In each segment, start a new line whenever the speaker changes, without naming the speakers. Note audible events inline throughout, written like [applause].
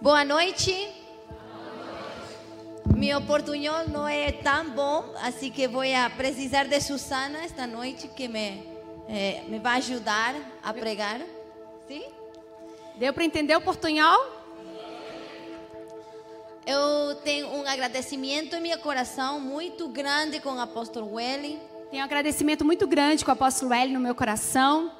Boa noite. Mi oportunidad no es tan bom, así que voy a precisar de Susana esta noche que me, eh, me va a ayudar a pregar. ¿Sí?
Deu para entender o portunhol?
Eu tenho um agradecimento em meu coração muito grande com o apóstolo Welly,
Tenho um agradecimento muito grande com o apóstolo L no meu coração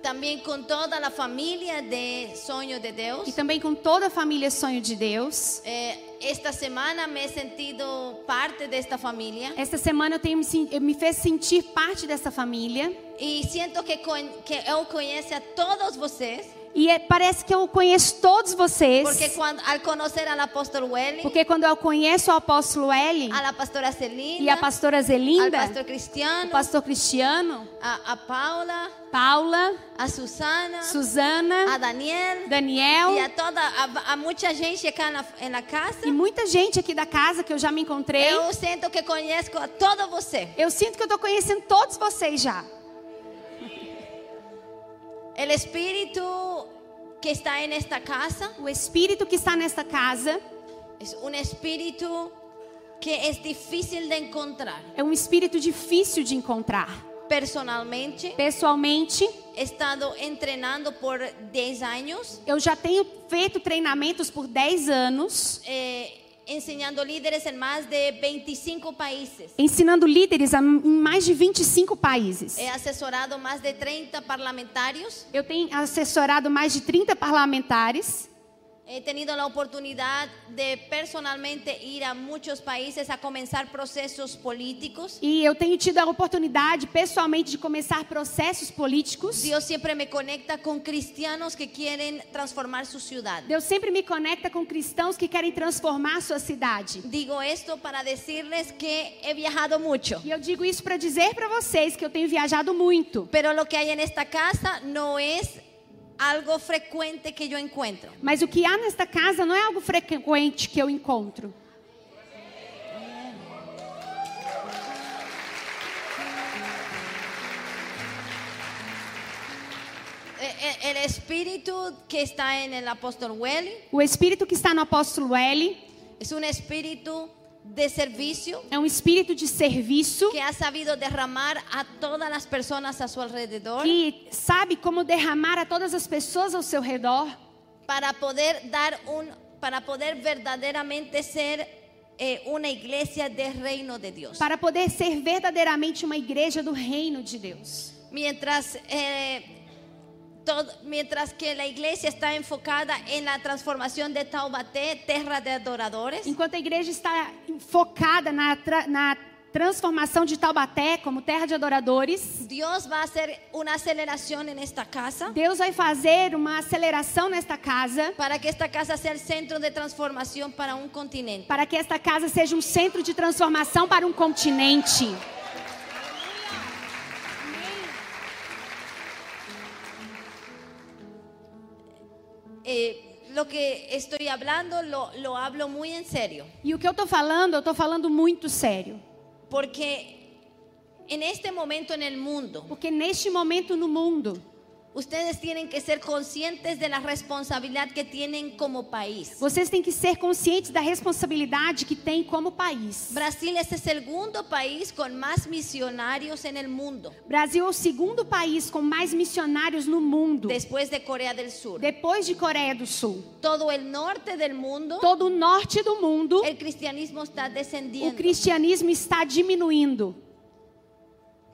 também com toda a família de Sonho de Deus.
e também com toda a família Sonho de Deus.
Eh, esta semana me he sentido parte desta família
Esta semana eu tenho me, sen- eu me fez sentir parte dessa família
e sinto que, con- que eu conheço a todos vocês,
e é- parece que eu conheço todos vocês.
porque quando, ao conhecer ao apóstolo Welly,
Porque quando eu conheço o apóstolo L
a pastora
e a
Celina,
pastora
ao
Zelinda,
pastor
o
Cristiano,
pastor Cristiano,
a, a Paula,
Paula,
a Susana, a
Suzana,
Daniel,
Daniel
e a toda a, a muita gente aqui na, na casa.
e muita gente aqui da casa que eu já me encontrei.
Eu sinto que conheço a todo você.
Eu sinto que eu tô conhecendo todos vocês já.
O espírito que está em esta casa
O espírito que está nesta casa
é um espírito que é difícil de encontrar.
é um espírito difícil de encontrar.
Personalmente,
Pessoalmente,
he estado entrenando por 10 anos,
eu já tenho feito treinamentos por 10 anos,
eh, ensinando líderes em mais de 25 países.
ensinando líderes a- em mais de 25 países.
He assessorado mais de 30 parlamentários.
Eu tenho assessorado mais de 30 parlamentares.
He tenido la oportunidad de personalmente ir a muchos países a comenzar procesos políticos.
E eu tenho tido a oportunidade, pessoalmente, de começar processos políticos.
Dios siempre me conecta con cristianos que quieren transformar su ciudad.
Deus sempre me conecta com cristãos que querem transformar a sua cidade.
Digo esto para decirles que he viajado mucho,
E eu digo isso para dizer para vocês que eu tenho viajado muito.
pero lo que hay en esta casa no es algo frecuente que yo encuentro.
Mas o que há nesta casa não é algo frequente que eu encontro.
E- e- El espíritu que está en el apóstol Welly
O espírito que está no apóstolo L
es un espíritu de servicio
é um espírito de serviço
que é ha sabido derramar a todas las personas a su alrededor
que sabe como derramar a todas as pessoas ao seu redor
para poder dar un para poder verdaderamente ser eh, una iglesia del reino de Dios.
para poder ser verdadeiramente uma igreja do reino de Deus.
Mientras eh, todo- mientras que la iglesia está enfocada en la transformación de Taubaté, tierra de adoradores,
Enquanto a igreja está focada na, tra- na transformação de Taubaté como terra de adoradores,
Dios va a hacer una aceleración en esta casa
Deus vai fazer uma aceleração nesta casa
para que esta casa sea el centro de transformación para un continente.
para que esta casa seja um centro de transformação para um continente.
Eh, lo que estoy hablando lo, lo hablo muy en serio.
E o que eu tô falando, eu tô falando muito sério.
Porque en este momento en el mundo,
Porque neste momento no mundo,
ustedes tienen que ser conscientes de la responsabilidad que tienen como país.
vocês têm que ser conscientes da responsabilidade que tem como país.
Brasil es el segundo país con más misionarios en el mundo,
Brasil é o segundo país com mais missionários no mundo,
después de Corea del Sur.
depois de Coreia do Sul.
Todo el norte del mundo,
Todo o norte do mundo,
el cristianismo está
o
descendiendo.
cristianismo está diminuindo.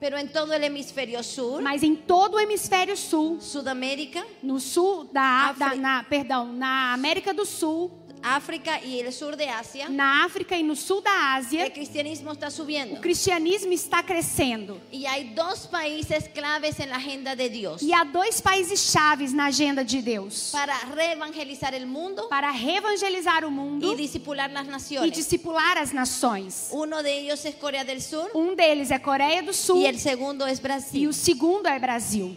Pero en todo el hemisferio sur,
Mas em todo o hemisfério sul,
Sudamérica,
no sul da,
África.
da na, perdão, na América do Sul,
África y el sur de Asia,
na África e no sul da
el
Ásia,
cristianismo está
o
subiendo.
cristianismo está crescendo.
Y hay dos países claves en la agenda de Dios
E há dois países chaves na agenda de Deus:
para reevangelizar el mundo
para reevangelizar o mundo
y discipular las
e
naciones.
discipular as nações.
Uno de ellos es Corea del Sur
Um deles é Coreia do Sul
y el segundo es
e
Brasil.
o segundo é Brasil.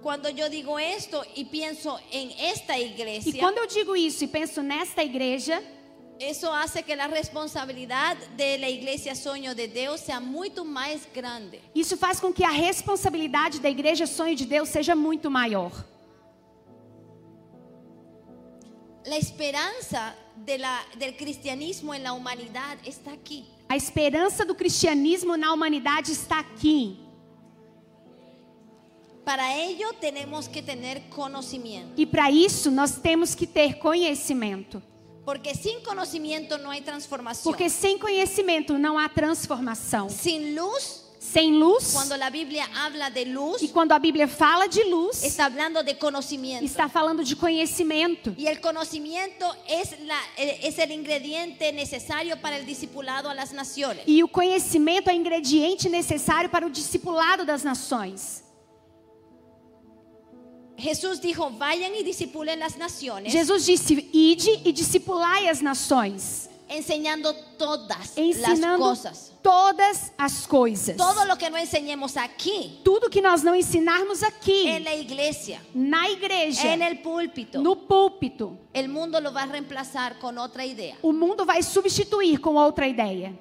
Cuando yo digo esto y pienso en esta
E
iglesia,
quando eu digo isso e penso nesta igreja,
Eso hace que la responsabilidad de la iglesia Sueño de Dios sea muito mais grande.
Isso faz com que a responsabilidade da igreja Sonho de Deus seja muito maior.
La esperanza de la- del cristianismo en la humanidad está aquí.
A esperança do cristianismo na humanidade está aqui.
Para ello tenemos que tener conocimiento,
E para isso nós temos que ter conhecimento.
porque sin conocimiento no hay transformación.
Porque sem conhecimento não há transformação.
sin luz,
Sem luz,
cuando la Biblia habla de luz,
e quando a Bíblia fala de luz,
está hablando de conocimiento.
está falando de conhecimento.
Y el conocimiento es, la, eh, es el ingrediente necesario para el discipulado a las naciones.
E o conhecimento é ingrediente necessário para o discipulado das nações.
Jesús dijo, vayan y discipulen las naciones,
Jesus disse: Ide e discipulai as nações,
enseñando todas las
E ensinando
cosas.
todas as coisas.
Todo lo que no enseñemos aquí,
Tudo que nós não ensinarmos aqui,
en la iglesia,
na igreja,
en el púlpito,
no púlpito,
el mundo lo va a reemplazar con otra idea.
o mundo vai substituir com outra ideia.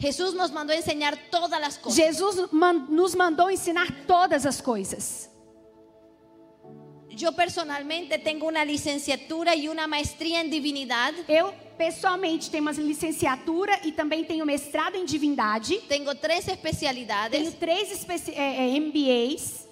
Jesús nos mandó a enseñar todas las cosas.
Jesus man- nos mandou ensinar todas as coisas.
Yo personalmente tengo una licenciatura y una maestría en divinidad.
Eu, pessoalmente, tenho uma licenciatura e também tenho mestrado em divindade.
Tengo tres
Tenho
especialidades.
três especi- é, é, MBAs,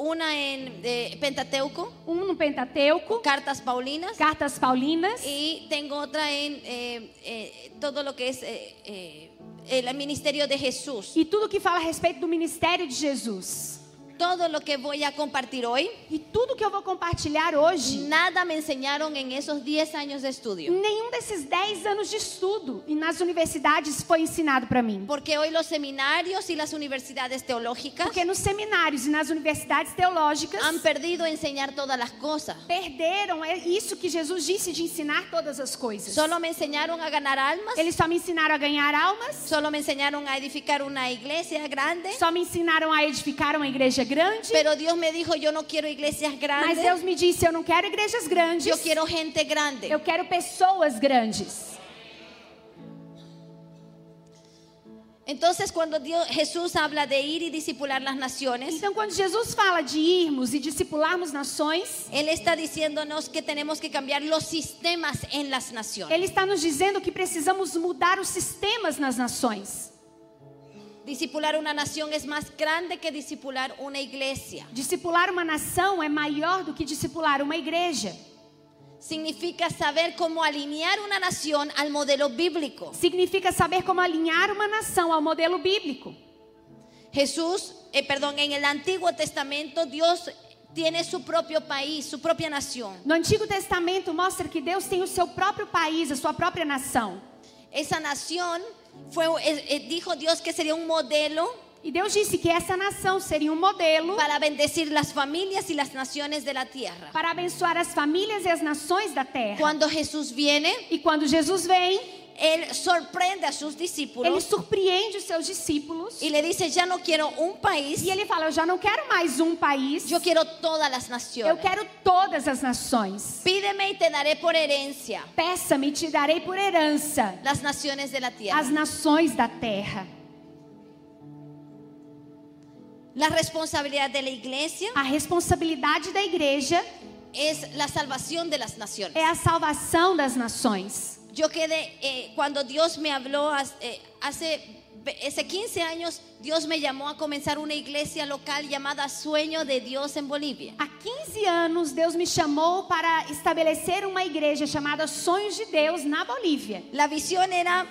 Una en eh, Pentateuco,
um no Pentateuco,
cartas paulinas.
cartas paulinas,
Y tengo otra en eh, eh, todo lo que es eh, eh, el ministerio de Jesús.
e tudo que fala a respeito do ministério de Jesus.
Todo lo que voy a compartir hoy,
E tudo que eu vou compartilhar hoje,
nada me enseñaron en esos 10 años de estudio.
nenhum desses 10 anos de estudo e nas universidades foi ensinado para mim.
Porque hoy los seminarios y las universidades teológicas
Porque nos seminários e nas universidades teológicas
han perdido enseñar todas las cosas.
perderam é isso que Jesus disse de ensinar todas as coisas.
Solo me enseñaron a ganar almas,
Eles só me ensinaram a ganhar almas,
solo me enseñaron a edificar una iglesia grande,
só me ensinaram a edificar uma igreja grande.
pero Dios me dijo, yo no quiero iglesias
Mas
grandes,
Deus me disse: eu não quero igrejas grandes,
yo quiero gente grande.
eu quero pessoas grandes.
Entonces cuando Dios, Jesús habla de ir y discipular las naciones,
Então, quando Jesus fala de irmos e discipularmos nações,
Él está diciéndonos que tenemos que cambiar los sistemas en las naciones.
Ele está nos dizendo que precisamos mudar os sistemas nas nações.
Discipular una nación es más grande que discipular una iglesia.
Discipular uma nação é maior do que discipular uma igreja.
Significa saber cómo alinear una nación al modelo bíblico.
Significa saber como alinhar uma nação ao modelo bíblico.
Jesús, eh, perdón, en el Antiguo Testamento Dios tiene su propio país, su propia nación.
No Antigo Testamento mostra que Deus tem o seu próprio país, a sua própria nação.
Esa nación fue, eh, eh, dijo Dios que sería un modelo
E Deus disse que essa nação seria um modelo
para bendecir las familias y las naciones de la tierra.
para abençoar as famílias e as nações da terra.
Cuando Jesús viene,
E quando Jesus vem,
Él sorprende a sus
ele
discípulos
surpreende os seus discípulos
y le dice, ya no quiero un país,
e ele fala: Eu já não quero mais um país,
yo quiero todas las
eu
naciones.
quero todas as nações.
Pídeme y te daré por herencia
Peça-me e te darei por herança
las naciones de la tierra.
as nações da terra.
La responsabilidad de la iglesia
A responsabilidade da igreja
es la salvación de las naciones.
é a salvação das nações.
Yo quedé, eh, cuando Dios me habló hace, eh, hace, ve- hace 15 años, Dios me llamó a comenzar una iglesia local llamada Sueño de Dios en Bolivia.
Há 15 anos, Deus me chamou para estabelecer uma igreja chamada Sonhos de Deus na Bolívia.
La visión era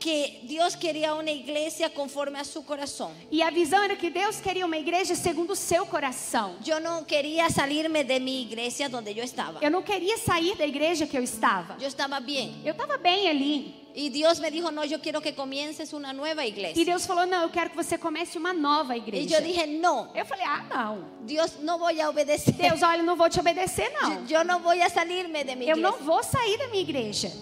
que Dios quería una iglesia conforme a su corazón.
E a visão era que Deus queria uma igreja segundo o seu coração.
Yo no quería salirme de mi iglesia donde yo estaba.
Eu não queria sair da igreja que eu estava.
Yo estaba bien.
Eu estava bem ali.
Y Dios me dijo, no, yo quiero que comiences una nueva
E
iglesia.
Deus falou: Não, eu quero que você comece uma nova
Y yo
igreja.
dije, no,
Eu falei: Ah, não.
Dios, no voy a obedecer.
Deus, olha, eu não vou te obedecer,
Yo,
não.
yo no voy a salirme de mi
Eu não
iglesia.
vou sair da minha igreja.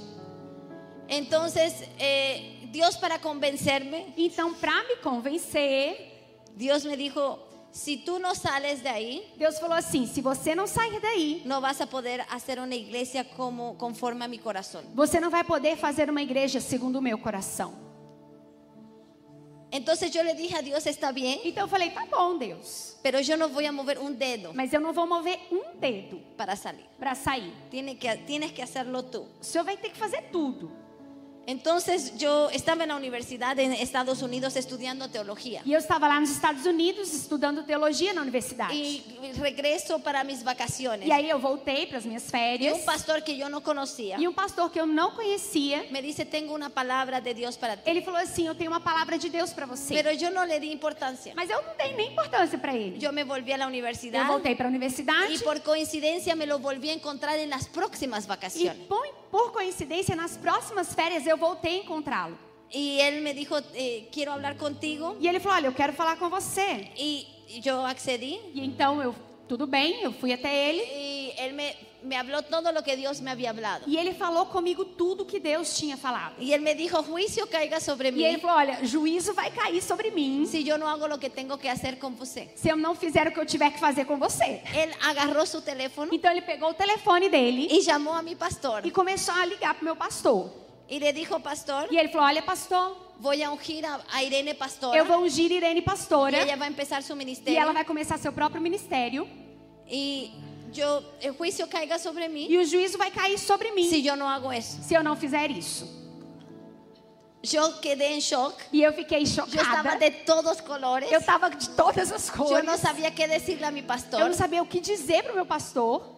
Entonces, eh, Dios para convencerme,
Então, para me convencer,
Dios me dijo, Si tú no sales de ahí,
Deus falou assim: se você não sair daí,
no vas a poder hacer una iglesia como conforme a mi corazón.
você não vai poder fazer uma igreja segundo o meu coração.
Entonces yo le dije a Dios, está bien,
Então eu falei: tá bom, Deus,
pero yo no voy a mover un dedo
mas eu não vou mover um dedo
para salir.
para sair.
Tiene que, tienes que hacerlo tú.
O senhor vai ter que fazer tudo.
Entonces yo estaba en la universidad en Estados Unidos estudiando teología
E eu estava lá nos Estados Unidos estudando teologia na universidade.
y regreso para mis vacaciones.
E aí eu voltei para as minhas
Y
férias.
un pastor que yo no conocía
E um pastor que eu não conhecia,
me dice, tengo una palabra de Dios para ti.
ele falou assim: Eu tenho uma palavra de Deus para você.
Pero yo no le di importancia.
Mas eu não dei nem importância para ele.
Yo me volví a la
Eu
universidad
voltei para a universidade
y por coincidencia me lo volví a encontrar en las próximas
e,
vacaciones.
por, por coincidência, nas próximas férias eu voltei a encontrá-lo.
Y él me dijo, eh, quiero hablar contigo.
E ele falou: Olha, eu quero falar com você.
Y yo accedí.
E então eu, tudo bem, eu fui até ele.
Y él me, me habló todo lo que Dios me había hablado.
E ele falou comigo tudo que Deus tinha falado.
Y él me dijo, juicio caiga sobre
E ele
mí
falou: Olha, juízo vai cair sobre mim
si yo no hago lo que tengo que hacer con usted.
se eu não fizer o que eu tiver que fazer com você.
Él agarró su teléfono
Então ele pegou o telefone dele
y llamó a mi pastor.
e começou a ligar pro meu pastor.
Y le dijo, pastor,
E ele falou: Olha, pastor,
voy a ungir a, a Irene Pastora.
eu vou ungir Irene
Y
pastora
ella va a empezar su
e ela
ministerio.
vai começar seu próprio ministério
Y yo, el juicio caiga sobre mí
e o juízo vai cair sobre mim
si yo no hago eso.
se eu não fizer isso.
Yo quedé en shock.
E eu fiquei
Yo estaba
chocada.
de todos colores.
Eu estava de todas as
Yo
cores.
no sabía qué decirle a mi
Eu
pastor.
não sabia o que dizer pro meu pastor.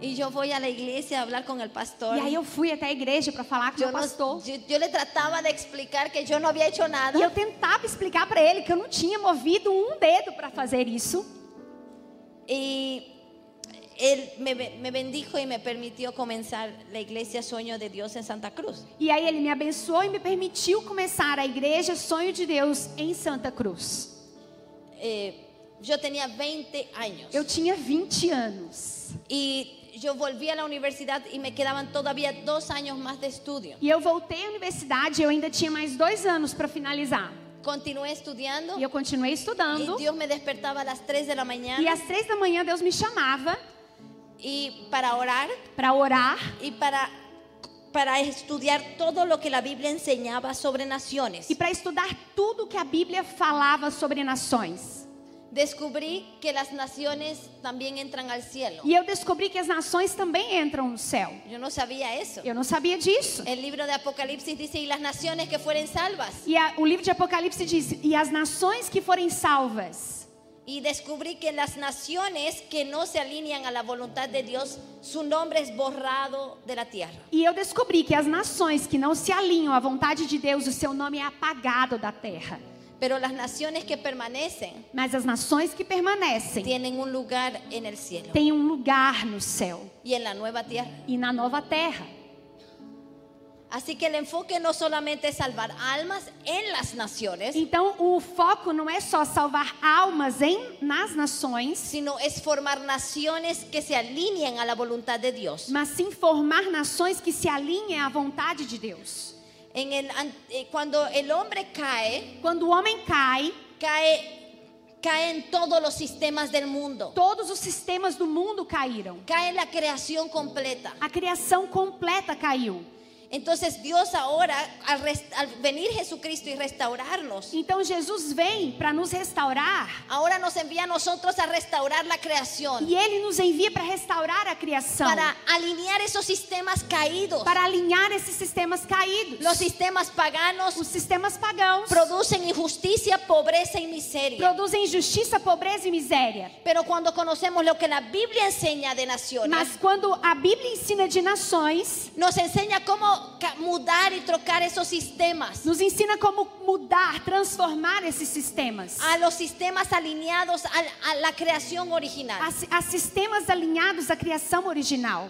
Y yo voy a la iglesia a hablar con el pastor.
E aí eu fui até a igreja para falar com o
Yo,
meu
no-
pastor.
yo- yo le trataba de explicar que yo no había hecho nada.
E eu tentava explicar para ele que eu não tinha movido um dedo para fazer isso.
Y él me, be- me bendijo y me permitió comenzar la iglesia Sueño de Dios en Santa Cruz.
E aí ele me abençoou e me permitiu começar a igreja Sonho de Deus em Santa Cruz.
Eh, yo tenía 20 años.
Eu tinha 20 anos.
Y yo volví a la universidad y me quedaban todavía dos años más de estudio.
E eu voltei à universidade, eu ainda tinha mais dois anos para finalizar.
Continué estudiando
E eu continuei
y
estudando.
Dios me despertaba a las 3 de la
E
mañana
às três da manhã Deus me chamava
y para orar
para orar
y para, para estudiar todo lo que la Biblia enseñaba sobre naciones.
e para estudar tudo que a Bíblia falava sobre nações.
Descubrí que las naciones también entran al cielo.
E eu descobri que as nações também entram no céu.
Yo no sabía eso.
Eu não sabia disso.
El libro de Apocalipsis dice, y las naciones que fueren salvas.
E a- o livro de Apocalipse diz: E as nações que forem salvas
Y descobrí que las naciones que no se alinean a la voluntad de Dios, su nombre es borrado de la tierra.
E eu descobri que as nações que não se alinham à vontade de Deus, o seu nome é apagado da terra.
Pero las naciones que permanecen
Mas as nações que permanecem
tienen un lugar en el cielo
têm um lugar no céu
y en la nueva tierra.
e na nova terra.
Así que el enfoque no solamente es salvar almas en las naciones,
Então, o foco não é só salvar almas em, nas nações,
sino es formar naciones que se alinean a la voluntad de Dios.
mas sim formar nações que se alinhem à vontade de Deus.
En el an- eh, cuando el hombre cae,
Quando o homem cai,
cae, caen todos los sistemas del mundo.
todos os sistemas do mundo caíram.
Cae la creación completa.
A criação completa caiu.
Entonces Dios ahora, al, rest- al venir Jesucristo y restaurarnos,
Então, Jesus vem para nos restaurar
ahora nos envía a nosotros a restaurar la creación,
E ele nos envia para restaurar a criação,
para
para,
alinear esos sistemas caídos.
alinhar esses sistemas caídos.
Los sistemas paganos
Os sistemas pagãos
producen injusticia, pobreza y miseria.
produzem injustiça, pobreza e miséria.
Pero cuando conocemos lo que la Biblia enseña de naciones,
Mas quando a Bíblia ensina de nações,
nos enseña cómo ca- mudar y trocar esos sistemas
nos ensina como mudar, transformar esses sistemas.
a los sistemas alineados al- a, la creación original.
A, si- a sistemas alinhados à criação original.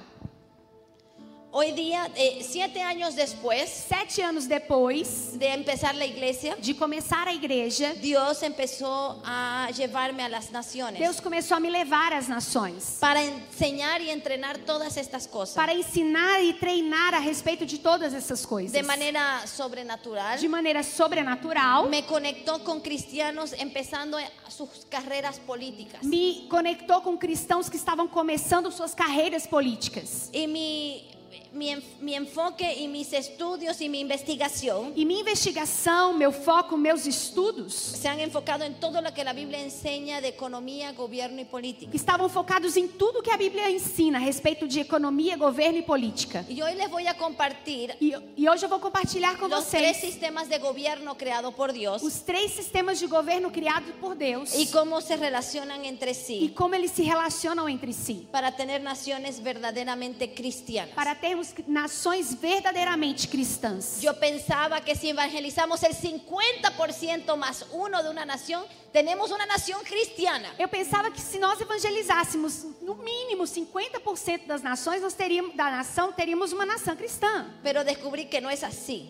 Hoy día, eh, siete años después
Sete anos depois
de empezar la iglesia,
de começar a igreja,
Dios empezó a llevarme a las naciones
Deus começou a me levar às nações
para enseñar y entrenar todas estas cosas
para ensinar e treinar a respeito de todas essas coisas.
de manera sobrenatural.
de maneira sobrenatural,
Me conectó con cristianos empezando sus carreras políticas.
me conectou com cristãos que estavam começando suas carreiras políticas.
Y mi, mi, en- mi enfoque y mis estudios y mi investigación
E minha investigação, meu foco, meus estudos
se han enfocado en todo lo que la Biblia enseña de economía, gobierno y política.
estavam focados em tudo que a Bíblia ensina a respeito de economia, governo e política.
Y hoy les voy a compartir
E, e hoje eu vou compartilhar com
los tres
vocês
sistemas de gobierno creados por Dios
os três sistemas de governo criados por Deus
y cómo se relacionan entre
e
sí
como eles se relacionam entre si,
para tener naciones verdaderamente
para
cristianas.
termos nações verdadeiramente cristãs.
Yo pensaba que si evangelizamos el 50% más uno de una nación, tenemos una nación cristiana.
Eu pensava que se nós evangelizássemos no mínimo 50% das nações, nós teríamos da nação teríamos uma nação cristã.
Pero descubrí que no es así.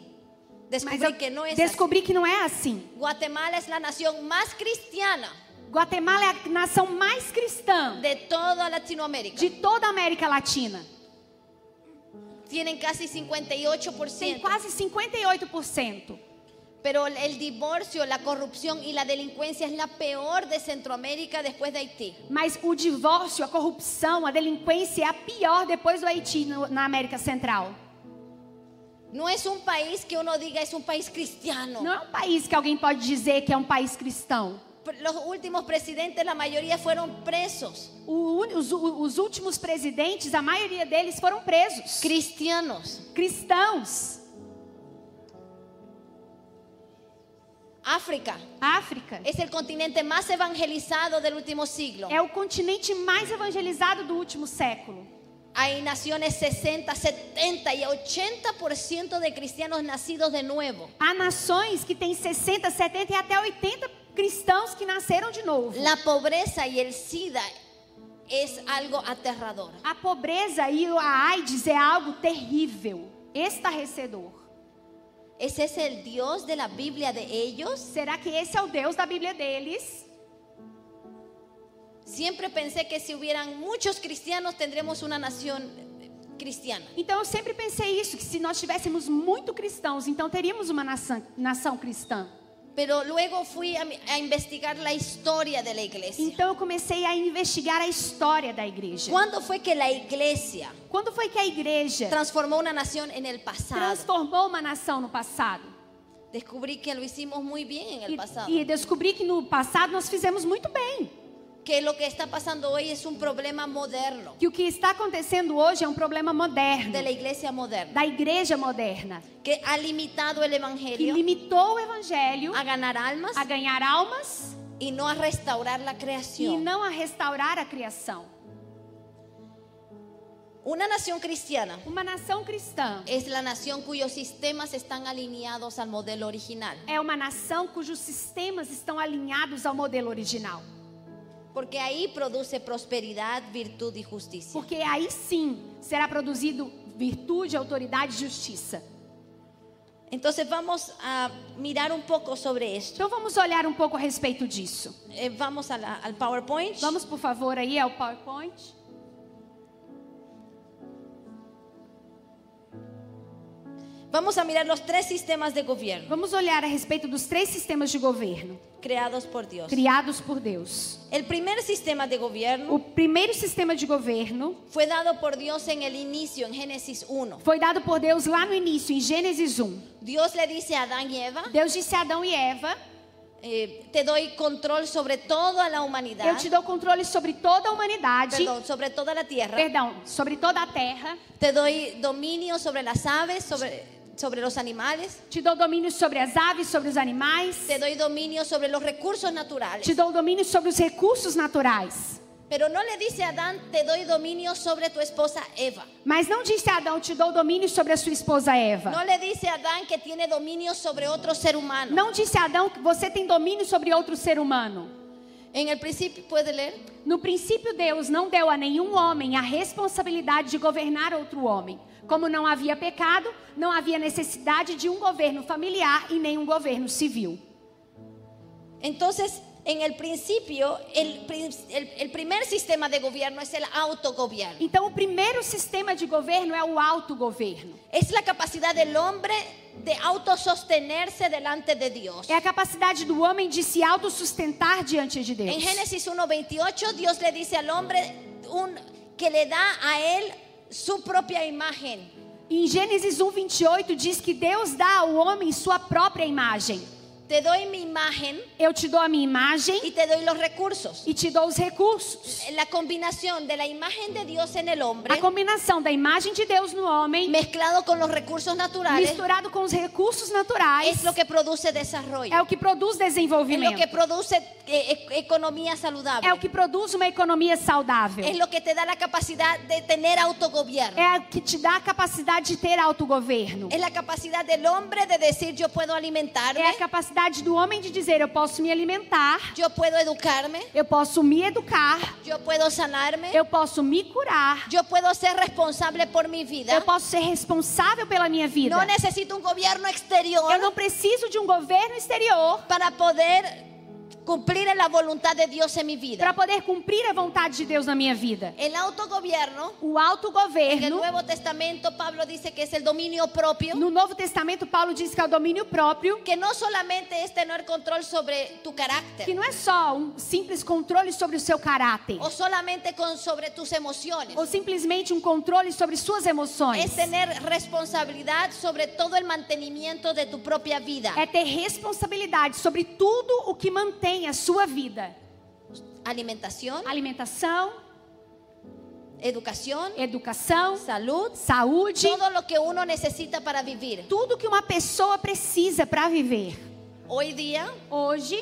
Mas
Descubrí
eu
que no es
descobri que não é assim.
así. Guatemala es la nación más cristiana
Guatemala é a nação mais cristã
de toda Latinoamérica.
de toda a América Latina.
Tienen casi
Tem
58%.
quase 58%.
Pero el divorcio, la corrupción y la delincuencia es la peor de Centroamérica después de Haití.
Mas o divórcio, a corrupção, a delinquência é a pior depois do Haiti no- na América Central.
No es un país que uno diga es un país cristiano.
Não é um país que alguém pode dizer que é um país cristão.
Los últimos presidentes, la mayoria fueron presos,
O uni- os, os últimos presidentes, a maioria deles foram presos.
cristianos.
cristãos.
África
África
es el continente más evangelizado del último siglo.
é o continente mais evangelizado do último século.
Hay naciones 60, 70 y 80% de cristianos nacidos de nuevo.
Há nações que têm 60, 70 e até 80 cristãos que nasceram de novo.
La pobreza y el SIDA es algo aterrador.
A pobreza e a AIDS é algo terrível, estarrecedor.
¿Es ese el Dios de la Biblia de ellos?
Será que esse é o Deus da Bíblia deles?
Siempre pensé que si hubieran muchos cristianos tendremos una nación eh, cristiana.
Então eu sempre pensei isso, que se nós tivéssemos muito cristãos, então teríamos uma nação, nação cristã.
Pero luego fui a, mi- a investigar la historia de la iglesia.
Então eu comecei a investigar a história da igreja.
¿Cuándo fue que la iglesia
Quando foi que a igreja
transformó una nación en el pasado?
transformou uma nação no passado.
Descobrí que lo hicimos muy bien en el pasado.
E, e descobri que no passado nós fizemos muito bem.
que lo que está pasando hoy es un problema moderno
Que o que está acontecendo hoje é um problema moderno,
de la iglesia moderna
da igreja moderna,
que ha limitado el
que
evangelio
limitou o evangelho
a ganar almas
a ganhar almas
y no a restaurar la
e
creación.
não a restaurar a criação.
Una nación cristiana
Uma nação cristã
es la nación cuyos sistemas están alineados al modelo original,
é uma nação cujos sistemas estão alinhados ao modelo original.
porque ahí produce prosperidad, virtud y justicia.
Porque aí sim será produzido virtude, autoridade e justiça.
Entonces vamos a mirar un poco sobre esto.
Então vamos olhar um pouco a respeito disso.
Eh, vamos a la- al PowerPoint.
Vamos, por favor, aí ao PowerPoint.
Vamos a mirar los tres sistemas de gobierno
Vamos olhar a respeito dos três sistemas de governo
creados por Dios.
criados por Deus.
El primer sistema de gobierno
O primeiro sistema de governo
fue dado por Dios en el inicio, en Génesis 1.
foi dado por Deus lá no início, em Gênesis 1.
Dios le dice a Adán y Eva,
Deus disse a Adão e Eva:
eh, te doy control sobre toda la humanidad,
Eu te dou controle sobre toda a humanidade,
perdón, sobre toda la tierra,
perdão, sobre toda a terra,
te doy dominio sobre las aves, sobre, sobre los animales,
te dou domínio sobre as aves, sobre os animais,
te doy dominio sobre los recursos naturales.
te dou domínio sobre os recursos naturais.
Pero no le dice a Adán, te doy dominio sobre tu esposa Eva.
Mas não disse a Adão: Te dou domínio sobre a sua esposa Eva.
No le dice a Adán que tiene dominio sobre otro ser humano.
Não disse a Adão que você tem domínio sobre outro ser humano.
En el principio, ¿puede leer?
No princípio, Deus não deu a nenhum homem a responsabilidade de governar outro homem. Como não havia pecado, não havia necessidade de um governo familiar e nem um governo civil.
Entonces, en el principio, el, prin- el- el primer sistema de gobierno es el autogobierno.
Então, o primeiro sistema de governo é o autogoverno.
Es la capacidad del hombre de autosostenerse delante de Dios.
É a capacidade do homem de se autossustentar diante de Deus.
En Génesis 1.28, Dios le dice al hombre un- que le da a él su propia imagen.
Em Gênesis 1, 28, diz que Deus dá ao homem sua própria imagem.
Te doy mi imagen
Eu te dou a minha imagem
y te doy los recursos.
e te dou os recursos.
La combinación de la imagen de Dios en el
A
hombre
combinação da imagem de Deus no homem,
mezclado con los recursos naturales
misturado com os recursos naturais,
es lo que produce desarrollo.
é o que produz
Es lo
desenvolvimento.
que produce eh, eh, economía saludable.
É o que produz uma economia saudável.
Es lo que te da la capacidad de tener autogobierno.
É o que te dá a capacidade de ter autogoverno.
Es la capacidad del hombre de decir yo puedo
É
alimentarme,
a capacidade do homem de dizer: eu posso me alimentar,
yo puedo educarme,
eu posso me educar,
yo puedo sanarme,
eu posso me curar,
yo puedo ser responsable por mi
eu
vida.
posso ser responsável pela minha vida.
No necesito un gobierno
Eu
exterior
não preciso de um governo exterior
para poder cumplir la voluntad de Dios en mi
para
vida.
poder cumprir a vontade de Deus na minha vida.
El autogobierno, en
O
el
autogoverno,
Nuevo Testamento Pablo dice que es el dominio propio,
no Novo Testamento, Paulo diz que é o domínio próprio,
que no solamente es tener control sobre tu
que
carácter
não é só um simples controle sobre o seu caráter,
o solamente con, sobre tus emociones.
ou simplesmente um controle sobre suas emoções.
es tener responsabilidad sobre todo el mantenimiento de tu propia vida.
É ter responsabilidade sobre tudo o que mantém a sua vida:
Alimentación,
Ah. alimentação, Eh.
educación,
educação,
salud,
saúde,
todo lo que uno necesita para vivir.
tudo que uma pessoa precisa para viver.
Hoy día
Hoje,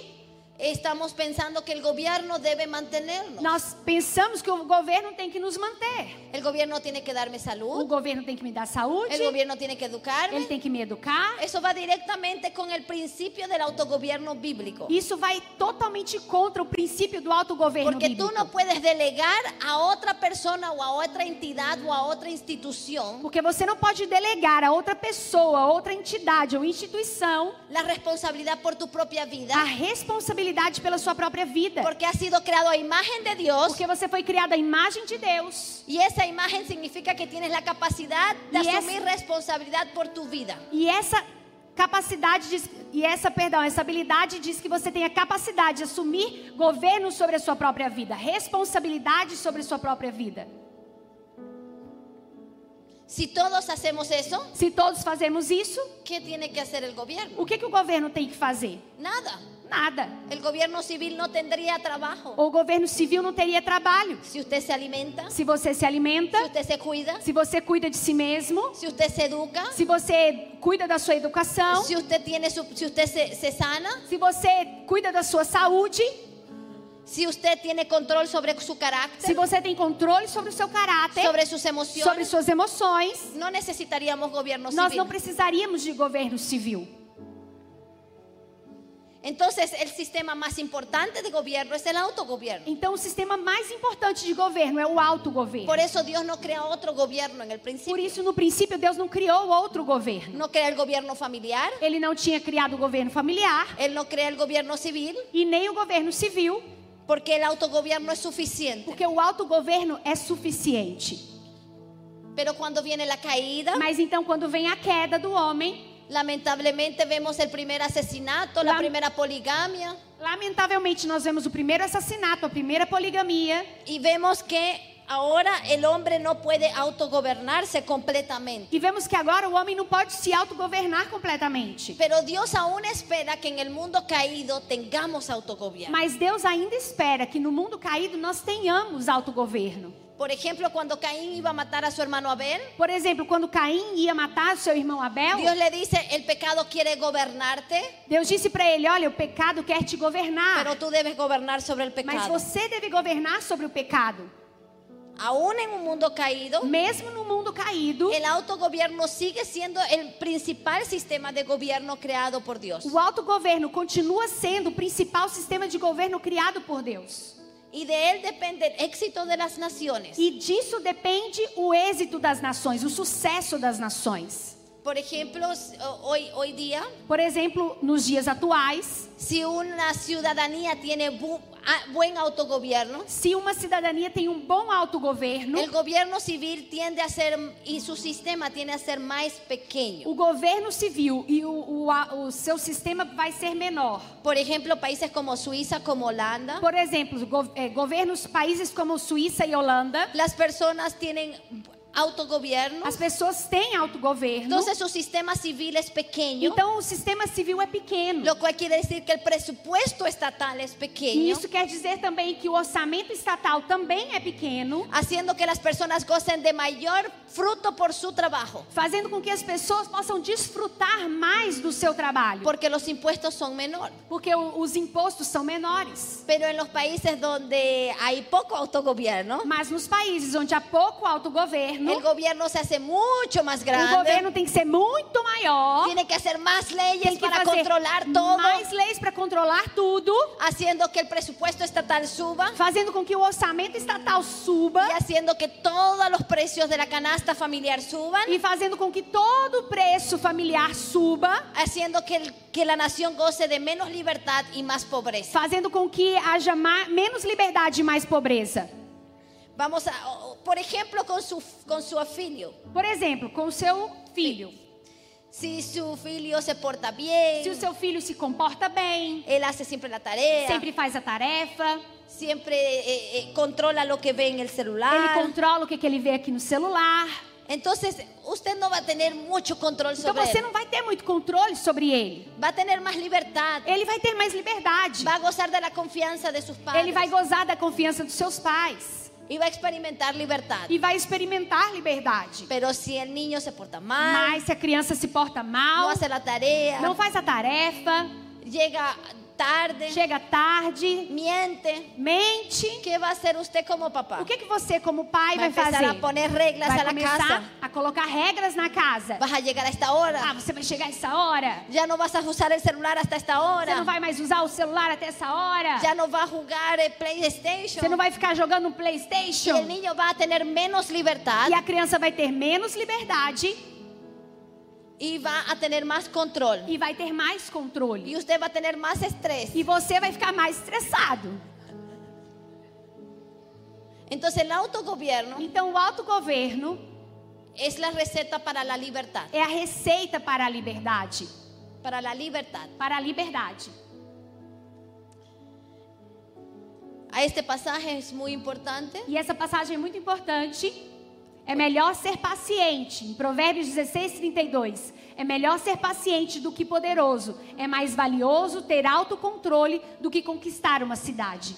estamos pensando que el gobierno debe mantenernos.
Nós pensamos que o governo tem que nos manter.
El gobierno tiene que darme
O
salud,
governo tem que me dar saúde,
el gobierno tiene que
ele
educarme.
tem que me educar.
Eso va directamente con el principio del autogobierno bíblico.
Isso vai totalmente contra o princípio do autogoverno
Porque tú
bíblico.
no puedes delegar a otra persona o a otra entidad o a otra institución
Porque você não pode delegar a outra pessoa, outra entidade ou instituição
la responsabilidad por tu propia vida.
a responsabilidade pela sua própria vida.
Porque has sido creado a imagen de Dios.
Porque você foi criado à imagem de Deus.
Y esa imagen significa que tienes la capacidad de
Y es-
asumir responsabilidad por tu vida.
E essa capacidade diz- e essa, perdão, essa habilidade diz que você tem a capacidade de assumir governo sobre a sua própria vida, responsabilidade sobre a sua própria vida.
Si todos hacemos eso,
Se todos fazemos isso,
¿qué tiene que hacer el gobierno?
o que, que o governo tem que fazer?
Nada.
Nada.
El gobierno civil no tendría trabajo.
O governo civil não teria trabalho.
Si usted se alimenta,
Se você se alimenta,
si usted se cuida,
se você cuida de si mesmo,
si usted se educa,
se você cuida da sua educação,
si usted tiene su- si usted se, se sana,
se você cuida da sua saúde,
si usted tiene control sobre su
se
carácter,
você tem controle sobre o seu caráter,
sobre sus
sobre
emociones,
suas emoções,
no necesitaríamos gobierno
nós não
civil.
precisaríamos de governo civil.
Entonces, el sistema más importante de gobierno es el autogobierno.
Então, o sistema mais importante de governo é o autogoverno.
Por eso Dios no crea otro gobierno en el
Por
principio.
isso, no princípio, Deus não criou outro governo.
No crea el gobierno familiar,
Ele não tinha criado o governo familiar
Él no crea el gobierno civil,
e nem o governo civil,
porque el autogobierno es suficiente.
porque o autogoverno é suficiente.
Pero cuando viene la caída,
Mas então, quando vem a queda do homem,
lamentablemente vemos el primer asesinato, la
Lam-
primera poligamia,
lamentavelmente, nós vemos o primeiro assassinato, a primeira poligamia,
y vemos que ahora el hombre no puede autogobernarse completamente.
e vemos que agora o homem não pode se autogovernar completamente.
Pero Dios aún espera que en el mundo caído tengamos autogobierno.
Mas Deus ainda espera que no mundo caído nós tenhamos autogoverno.
Por ejemplo, cuando Caín iba a matar a su hermano Abel,
Por exemplo, quando Caim ia matar seu irmão Abel,
Dios le dice, el pecado quiere gobernarte,
Deus disse para ele: Olha, o pecado quer te governar,
pero tú debes gobernar sobre el
mas
pecado.
você deve governar sobre o pecado.
aún en un mundo caído,
Mesmo no mundo caído,
el autogobierno sigue siendo el principal sistema de gobierno creado por Dios.
o autogoverno continua sendo o principal sistema de governo criado por Deus.
Y de él depende el éxito de las naciones.
E disso depende o êxito das nações, o sucesso das nações.
Por ejemplo, s- hoy, hoy día,
Por exemplo, nos dias atuais,
si una ciudadanía tiene bu- a- buen autogobierno,
se uma cidadania tem um bom autogoverno,
el gobierno civil tiende a ser, y su sistema tiende a ser más pequeño.
o governo civil e o, o, a- o seu sistema vai ser menor.
Por ejemplo, países como Suiza, como Holanda,
Por exemplo, go, eh, governos, países como Suíça e Holanda,
las personas tienen autogobierno,
as pessoas têm autogoverno,
entonces su sistema civil es pequeño,
então o sistema civil é pequeno.
lo cual quiere decir que el presupuesto estatal es
E
pequeño,
isso quer dizer também que o orçamento estatal também é pequeno,
haciendo que las personas gocen de mayor fruto por su trabajo,
fazendo com que as pessoas possam desfrutar mais do seu trabalho,
porque los impuestos son menores.
porque o- os impostos são menores.
Pero en los países donde hay poco autogobierno,
Mas nos países onde há pouco autogoverno,
el gobierno se hace mucho más
o governo
grande.
tem que ser muito maior,
Tiene que hacer más leyes
tem que
para
fazer
controlar todo,
mais leis para controlar tudo,
haciendo que el presupuesto estatal suba
fazendo com que o orçamento estatal suba
y haciendo que todos los precios de la canasta familiar suban,
e fazendo com que todo o preço familiar suba.
haciendo que, el- que la nación goce de menos libertad y más pobreza.
fazendo com que haja ma- menos liberdade e mais pobreza.
Vamos a, o- o- por ejemplo, con su, con su afilio.
Por exemplo, com o seu filho.
Si su filio se porta
Se o
bien,
seu filho se comporta bem,
él hace siempre la tarea,
sempre faz a tarefa,
siempre eh, eh, controla lo que ve en el
ele
celular.
controla o que, que ele vê aqui no celular.
Entonces, usted no va a tener mucho control
Então
sobre
você
él.
não vai ter muito controle sobre ele.
Va a tener más libertad.
Ele vai ter mais liberdade.
Va a gozar de la confianza de sus padres.
Ele vai gozar da confianza dos seus pais
Y va a experimentar libertad.
e vai experimentar liberdade.
Pero si el niño se porta mal,
Mas se a criança se porta
no
mal,
hace la tarea,
não faz a tarefa,
llega tarde,
chega tarde,
miente,
mente,
¿qué va a hacer usted como papá?
O que, que você, como pai, vai,
empezar
fazer?
a poner reglas
vai
a la
começar
casa.
a colocar regras na casa.
Vas a llegar a esta
Ah,
hora.
você vai chegar essa hora.
Ya no vas a usar el celular hasta esta
Você não
hora.
vai mais usar o celular até essa hora.
Ya no va a jugar eh,
Você
PlayStation.
não vai ficar jogando um
Y el
PlayStation.
niño va a tener menos libertad
E a criança vai ter menos liberdade
y va a tener más control.
e vai ter mais controle.
Y usted va a tener más estrés.
E você vai ficar mais estressado.
Entonces el autogobierno
Então, o autogoverno
es la receta para la libertad.
é a receita para a liberdade.
Para la libertad.
Para a liberdade.
A este pasaje es muy importante
E essa passagem é muito importante. É melhor ser paciente. Em Provérbios 16, 32. É melhor ser paciente do que poderoso. É mais valioso ter autocontrole do que conquistar uma cidade.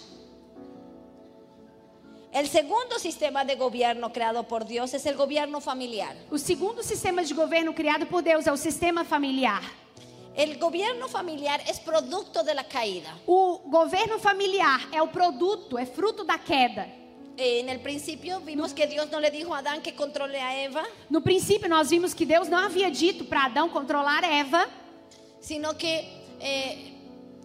El segundo sistema de gobierno creado por Dios es el gobierno familiar.
O segundo sistema de governo criado por Deus é o sistema familiar.
El gobierno familiar es producto de la caída.
O governo familiar é o produto, é fruto da queda.
Eh, En el principio vimos que Dios no le dijo a Adán que controle a Eva,
No princípio, nós vimos que Deus não havia dito para Adão controlar Eva,
sino que eh,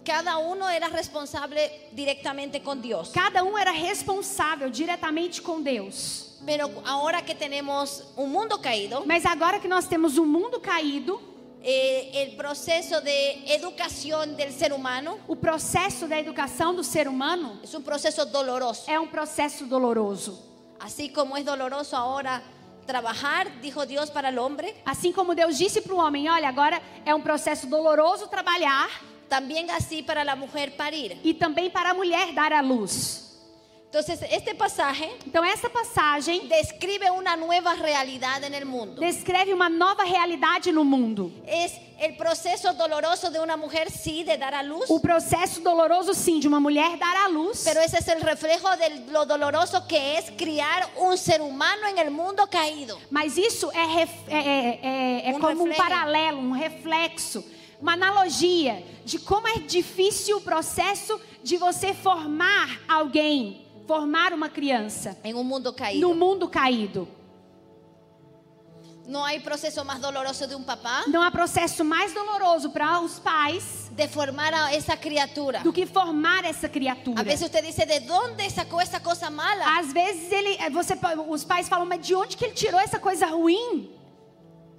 cada uno era responsable directamente con Dios.
cada um era responsável diretamente com Deus.
Pero ahora que tenemos un mundo caído,
Mas agora que nós temos um mundo caído,
eh, el proceso de educación del ser humano
o processo da educação do ser humano
es un proceso doloroso.
é um processo doloroso.
Así como es doloroso ahora trabajar, dijo Dios para el hombre,
Assim como Deus disse para o homem: olha, agora é um processo doloroso trabalhar
también así para la mujer parir.
e também para a mulher dar à luz.
Entonces, este pasaje
Então, essa passagem
describe una nueva realidad en el mundo.
descreve uma nova realidade no mundo.
Es el proceso doloroso de una mujer, sí, de dar a luz,
O processo doloroso, sim, de uma mulher dar à luz,
pero ese es el reflejo de lo doloroso que es criar un ser humano en el mundo caído.
mas isso é, ref- é- é- é- é
Um
como um
reflexo.
paralelo, um reflexo, uma analogia de como é difícil o processo de você formar alguém, formar uma criança
en un mundo caído.
no mundo caído.
No hay proceso más doloroso de un papá
Não há processo mais doloroso para os pais
de formar a esa criatura.
do que formar essa criatura.
A veces usted dice, ¿de dónde sacó esa cosa mala?
Às vezes ele, é, você, os pais falam, mas de onde que ele tirou essa coisa ruim?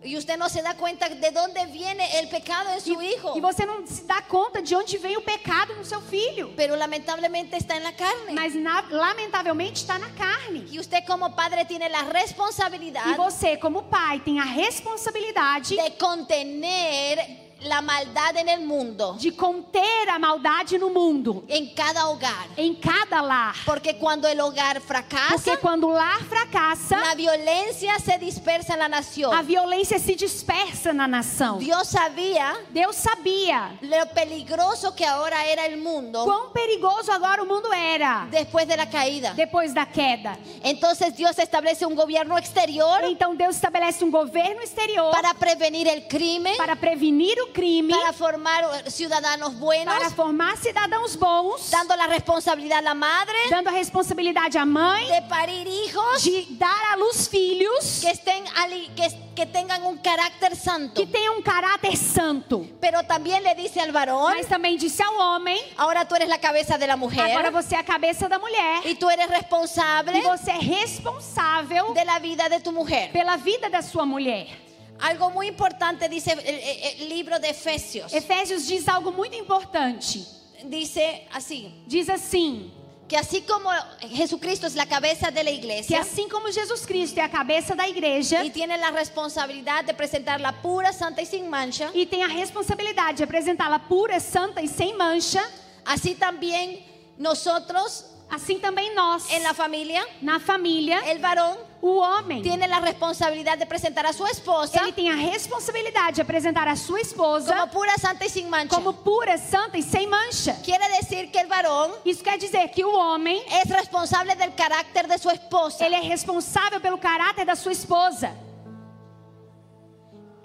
Y usted no se da cuenta de dónde viene el pecado en su hijo.
E você não se dá conta de onde vem o pecado no seu filho.
Pero lamentablemente está en la carne.
Mas na- lamentavelmente está na carne.
Y usted como padre tiene la
E
responsabilidad
você, como pai, tem a responsabilidade
de contener la maldad en el mundo,
de conter a maldade no mundo,
en cada hogar.
em cada lar.
Porque cuando el hogar
Porque
fracasa,
quando o lar fracassa,
la violencia se dispersa en la
a
nación.
violência se dispersa na nação.
Dios sabía
Deus sabia
lo peligroso que ahora era el mundo
quão perigoso agora o mundo era
después de la caída.
depois da queda.
Entonces Dios establece un gobierno exterior
Então Deus estabelece um governo exterior
para prevenir el crimen,
para prevenir o crime,
para formar ciudadanos
para
buenos,
formar cidadãos bons,
dando la responsabilidad a la madre
dando a responsabilidade à mãe
de parir hijos
de dar à luz filhos
que estén ali- que, que tengan um carácter santo.
que tenham um caráter santo.
Pero también le dice al varón,
Mas também disse ao homem:
ahora tú eres la cabeza de la
agora
mujer
você é a cabeça da mulher
y tú eres responsable
e você é responsável
de la vida de tu mujer.
pela vida da sua mulher.
Algo muy importante dice el, el- el libro de Efesios.
Efésios diz algo muito importante.
Dice así,
Diz assim:
que así como Jesucristo es la cabeza de la
que
iglesia
assim como Jesus Cristo é a cabeça da igreja
y tiene la responsabilidad de presentarla pura, santa y sin mancha,
e tem a responsabilidade de apresentá-la pura, santa e sem mancha,
así también nosotros
assim também nós,
en la familia,
na família,
el varón
o homem,
tiene la responsabilidad de presentar a su esposa
ele tem a responsabilidade de apresentar a sua esposa
como pura, santa y sin mancha.
como pura, santa e sem mancha.
Quiere decir que el varón
Isso quer dizer que o homem
es responsable del carácter de su esposa.
Ele é responsável pelo caráter da sua esposa.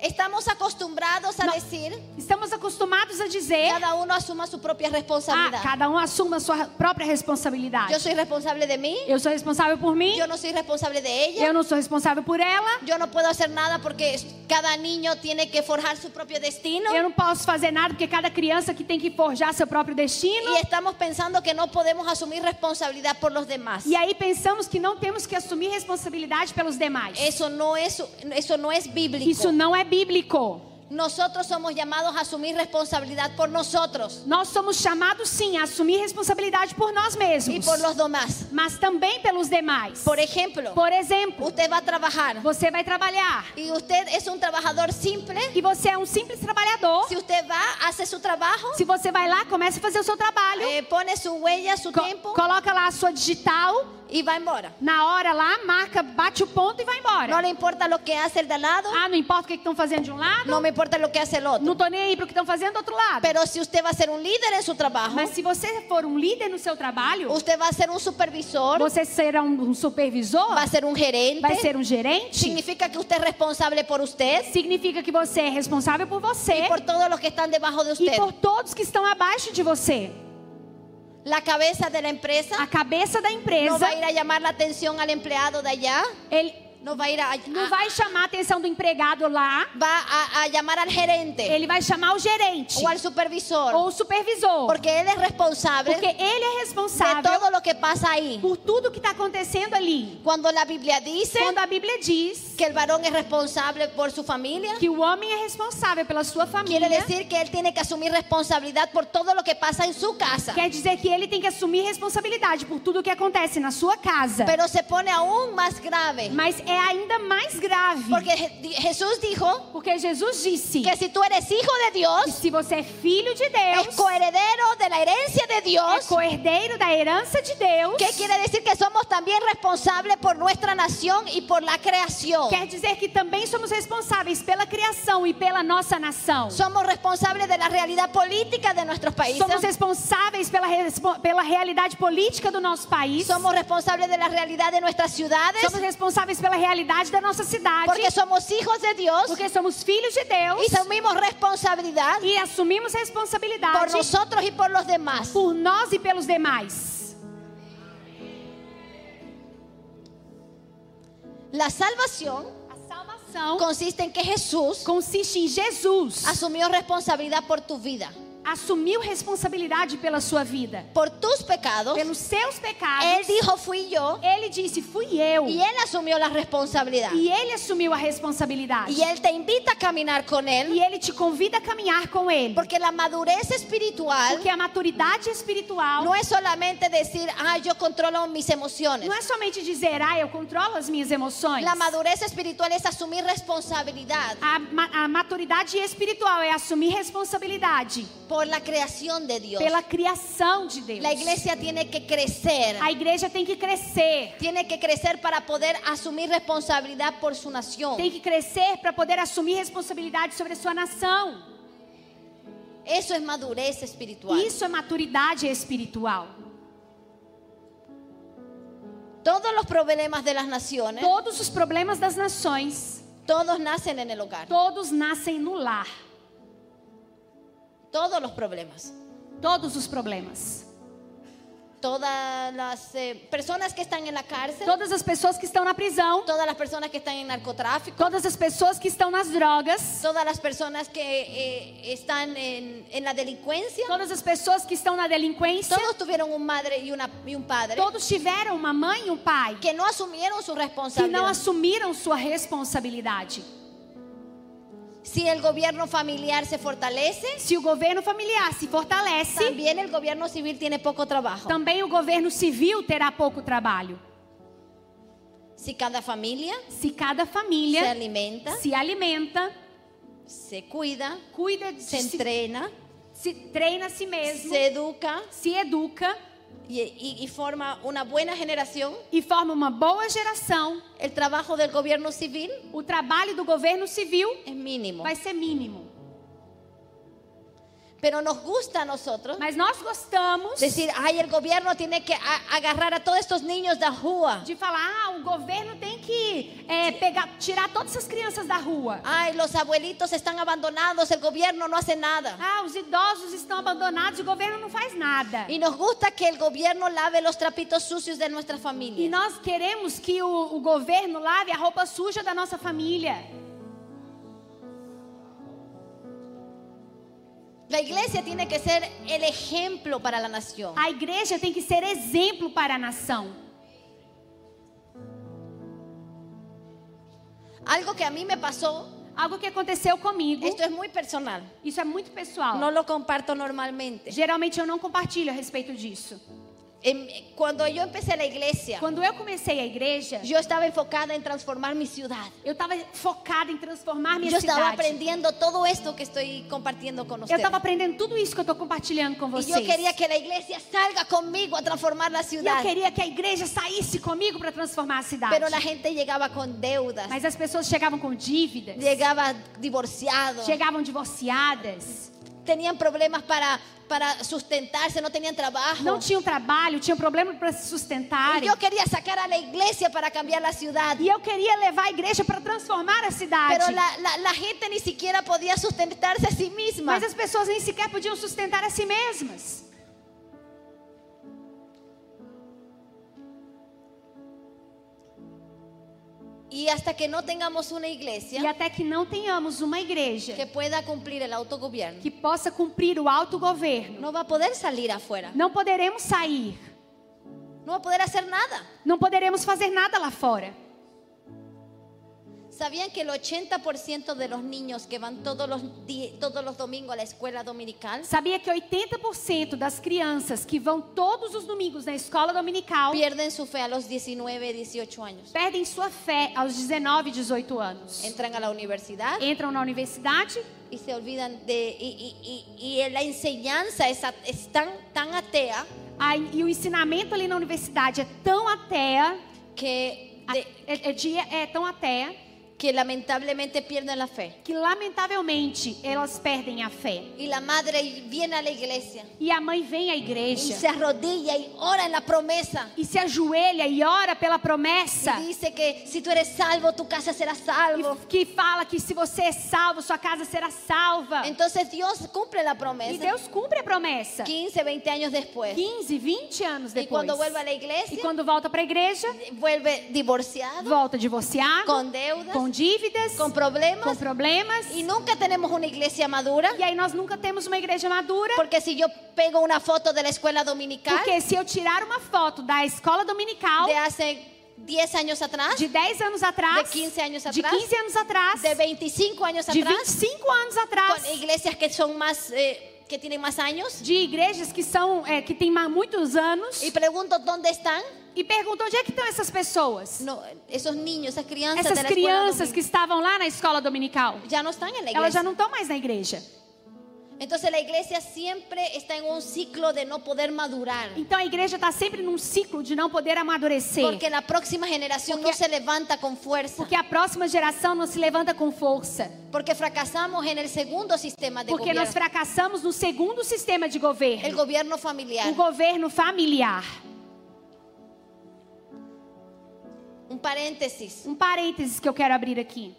Estamos acostumbrados a
No.
decir,
Estamos acostumados a dizer:
cada um uno asuma su propia
ah,
responsabilidad.
cada um assuma a sua própria responsabilidade.
Yo soy responsable de mim,
Eu sou responsável por mim,
yo no soy responsable de ella.
eu não sou responsável por ela,
Yo no puedo hacer nada porque cada niño tiene que forjar su propio destino.
eu não posso fazer nada porque cada criança que tem que forjar seu próprio destino.
Y estamos pensando que no podemos asumir responsabilidad por los demás.
E aí pensamos que não temos que assumir responsabilidade pelos demais.
Eso no es, eso no es
Isso
É bíblico.
não é bíblico.
Nosotros somos llamados a asumir responsabilidad por nosotros
Nós somos chamados sim a assumir responsabilidade por nós mesmos,
y por los demás.
mas também pelos demais.
Por ejemplo,
Por exemplo,
usted va a trabajar
você vai trabalhar.
y usted es un trabajador simple.
que você é um simples trabalhador.
Si usted va, hace su trabajo,
Se você vai lá, começa a fazer o seu trabalho,
eh, pone su huella, su
co-
tiempo
coloca lá a sua digital,
y va embora.
na hora lá, marca, bate o ponto e vai
No
embora.
le importa lo que hace el de al lado,
Ah, não importa o que estão fazendo de um lado,
no me importa lo que hace el otro.
não tô nem aí pro que estão fazendo do outro lado.
Pero si usted va a ser un líder en su trabajo,
Mas se você for um líder no seu trabalho,
usted va a ser un supervisor,
você será um, um supervisor,
va a ser un gerente,
vai ser um gerente,
significa que usted es responsable por usted
significa que você é responsável por você
y por todos los que están debajo de
e
usted.
por todos que estão abaixo de você.
La cabeza de la
A
empresa
cabeça da
no
empresa,
va a ir a llamar la atención al empleado de allá,
ele
no va a ir a,
não
a-
vai chamar a atenção do empregado lá,
va a- a llamar al gerente
Ele vai chamar o gerente
o al supervisor,
ou o supervisor.
Oh, porque él es responsable
Porque ele é
de
responsável
todo lo que pasa ahí.
por tudo que está acontecendo ali.
Cuando la Biblia dice
Quando a Bíblia diz
que el varón es responsable por su familia,
que o homem é responsável pela sua
Quiere
família,
decir que él tiene que asumir responsabilidad por todo lo que pasa en su casa.
quer dizer que ele tem que assumir responsabilidade por tudo que acontece na sua casa.
Pero se pone aún más grave.
Mas é ainda mais grave.
Porque Je- Jesús dijo
Porque Jesus disse
que si tú eres hijo de
que
Dios,
se você é filho de
es
Deus,
coheredero de la herencia de
é
Dios,
coerdeiro da herança de Deus,
¿qué quiere decir? Que somos también responsables por nuestra nación y por la creación.
quer dizer que também somos responsáveis pela criação e pela nossa nação.
Somos responsables de la realidad política de nuestros países.
Somos responsáveis pela, respo- pela realidade política do nosso país.
Somos responsables de la realidad de nuestras ciudades.
Somos responsáveis pela realidade da nossa cidade.
Porque somos Então- hijos de Dios
Porque somos filhos de Deus
y assumimos responsabilidad
e assumimos responsabilidade
por nosotros y por los demás.
por nós e pelos demais.
La salvación
A salvação
consiste en que Jesús
consiste em Jesus
asumió responsabilidad por tu vida,
assumiu responsabilidade pela sua vida,
por tus pecados.
pelos seus
Él
pecados.
dijo, fui yo.
Ele disse: Fui eu.
Y Él asumió la responsabilidad.
E ele assumiu a responsabilidade.
Y Él te invita a caminar con Él.
E ele te convida a caminhar com ele.
Porque la madurez espiritual
Porque a maturidade espiritual
no es solamente decir, ah, yo controlo mis emociones.
não é somente dizer, ah, eu controlo as minhas emoções.
La madurez espiritual es asumir responsabilidad
A, ma- a maturidade espiritual é assumir responsabilidade
por la creación de Dios.
pela criação de Deus.
La iglesia tiene que crecer.
A igreja tem que crescer.
Tiene que crecer para poder asumir responsabilidad por su nación.
Tem que crescer para poder assumir responsabilidade sobre a sua nação.
Eso es madurez espiritual.
Isso é maturidade espiritual.
Todos los problemas de las naciones,
Todos os problemas das nações,
todos nacen en el hogar.
todos nascem no lar.
Todos los problemas.
Todos os problemas.
Todas las eh, personas que están en la cárcel,
Todas as pessoas que estão na prisão,
todas las personas que están en narcotráfico,
todas as pessoas que estão nas drogas,
todas las personas que eh, están en, en la delincuencia,
todas as pessoas que estão na delinquência,
todos tuvieron un madre y, una, y un padre
todos tiveram uma mãe e um pai
que no asumieron su
que não
responsabilidad.
assumiram sua responsabilidade.
Si el gobierno familiar se fortalece,
Se o governo familiar se fortalece,
También el gobierno civil tiene poco trabajo.
também o governo civil terá pouco trabalho.
Si cada familia
Se cada
se
família
alimenta,
se alimenta,
se cuida,
cuida de
se
si,
entrena,
se treina a si mesmo,
se educa
se educa
y, y- y forma una buena generación,
e forma uma boa geração,
el trabajo del gobierno civil
o trabalho do governo civil
es mínimo.
vai ser mínimo.
Pero nos gusta a nosotros
Mas nós gostamos
decir, ay, el gobierno tiene que a- agarrar a todos estos niños de Ajúa.
de falar, ah, o governo tem que é, pegar, tirar todas essas crianças da rua.
Ay, los abuelitos están abandonados, el gobierno no hace nada.
Ah, os idosos estão abandonados, o governo não faz nada.
Y nos gusta que el gobierno lave los trapitos sucios de nuestra
E
familia.
nós queremos que o, o governo lave a roupa suja da nossa família.
La iglesia tiene que ser el ejemplo para la nación.
A igreja tem que ser exemplo para a nação.
Algo que a mí me pasó,
Algo que aconteceu comigo,
esto es muy personal,
isso é muito pessoal.
no lo comparto normalmente.
Geralmente eu não compartilho a respeito disso.
Em- Cuando yo empecé la iglesia,
Quando eu comecei a igreja,
yo estaba enfocada en transformar mi ciudad.
eu estava focada em transformar minha
Yo estaba
cidade.
aprendiendo todo esto que estoy compartiendo con
Eu
ustedes.
estava aprendendo tudo isso que eu estou compartilhando com
Y
vocês.
yo quería que la iglesia salga conmigo a transformar la
E eu
ciudad.
queria que a igreja saísse comigo para transformar a cidade.
Pero la gente llegaba con deudas,
Mas as pessoas chegavam com dívidas,
llegaba divorciado,
chegavam divorciadas,
tenían problemas para, para sustentarse, no tenían
não
trabajo.
tinham trabalho, tinham problema para se
Y
sustentarem.
yo quería sacar a la iglesia para cambiar la ciudad.
E eu queria levar a igreja para transformar a cidade.
Pero la, la- la gente ni siquiera podía sustentarse a sí misma.
Mas as pessoas nem sequer podiam sustentar a si mesmas.
Y hasta que no tengamos una
E
iglesia
até que não tenhamos uma igreja
que pueda cumplir el autogobierno,
que possa cumprir o autogoverno,
no va a poder salir afuera.
não poderemos sair,
No va a poder hacer nada.
não poderemos fazer nada lá fora.
¿Sabían que el 80% de los niños que van todos los, di- todos los domingos a la escuela dominical
Sabia que 80% das crianças que vão todos os domingos na escola dominical
pierden su fe a los 19, 18 años?
perdem sua fé aos 19, 18 anos.
Entran a la universidad
Entram na universidade
y se olvidan de... Y, y- y- y la enseñanza es, a- es tan, tan atea
a- e o ensinamento ali na universidade é tão ateia,
que...
a-
de-
é, é, de- é tão ateia
que lamentablemente pierden la fe.
que lamentavelmente elas perdem a fé.
Y la madre viene a la iglesia
E a mãe vem à
y se
igreja
arrodilla y ora en la promesa.
e se ajoelha e ora pela promessa
Y dice que si tú eres salvo, tu casa será salvo.
e- que fala que se você é salvo, sua casa será salva.
Entonces Dios cumple la
E
promesa.
Deus cumpre a promessa
15, 20 años después.
15, 20 anos
Y
depois.
cuando vuelve a la
E
iglesia,
quando volta para a igreja,
vuelve divorciado,
volta divorciado,
con deudas,
com dívidas,
con
com
problemas.
problemas.
Y nunca tenemos una iglesia madura.
E aí nós nunca temos uma igreja madura.
Porque si yo pego una foto de la escuela dominical
Porque se eu tirar uma foto da escola dominical
de hace 10 años atrás,
de 10 anos atrás,
De 15 anos
de
atrás,
15 anos atrás,
de 25 años
de
atrás,
25 anos atrás,
con iglesias que son más, eh, que tienen más años,
de igrejas que são é, que têm ma- muitos anos
y pregunto dónde están
e perguntam onde é que estão essas pessoas?
no, esos niños, esas crianzas
Essas
de la escuela
crianças que
dominical.
estavam lá na escola dominical,
ya no están en la
elas já
iglesia.
não estão mais na igreja.
Entonces la iglesia siempre está en un ciclo de no poder madurar.
Então a igreja está sempre num ciclo de não poder amadurecer,
Porque la próxima generación no
Porque-
se levanta con fuerza.
porque a próxima geração não se levanta com força,
Porque fracasamos en el segundo sistema de
porque nós
gobierno.
fracassamos no segundo sistema de governo.
El gobierno familiar.
o governo familiar.
Un paréntesis.
Um parênteses que eu quero abrir aqui.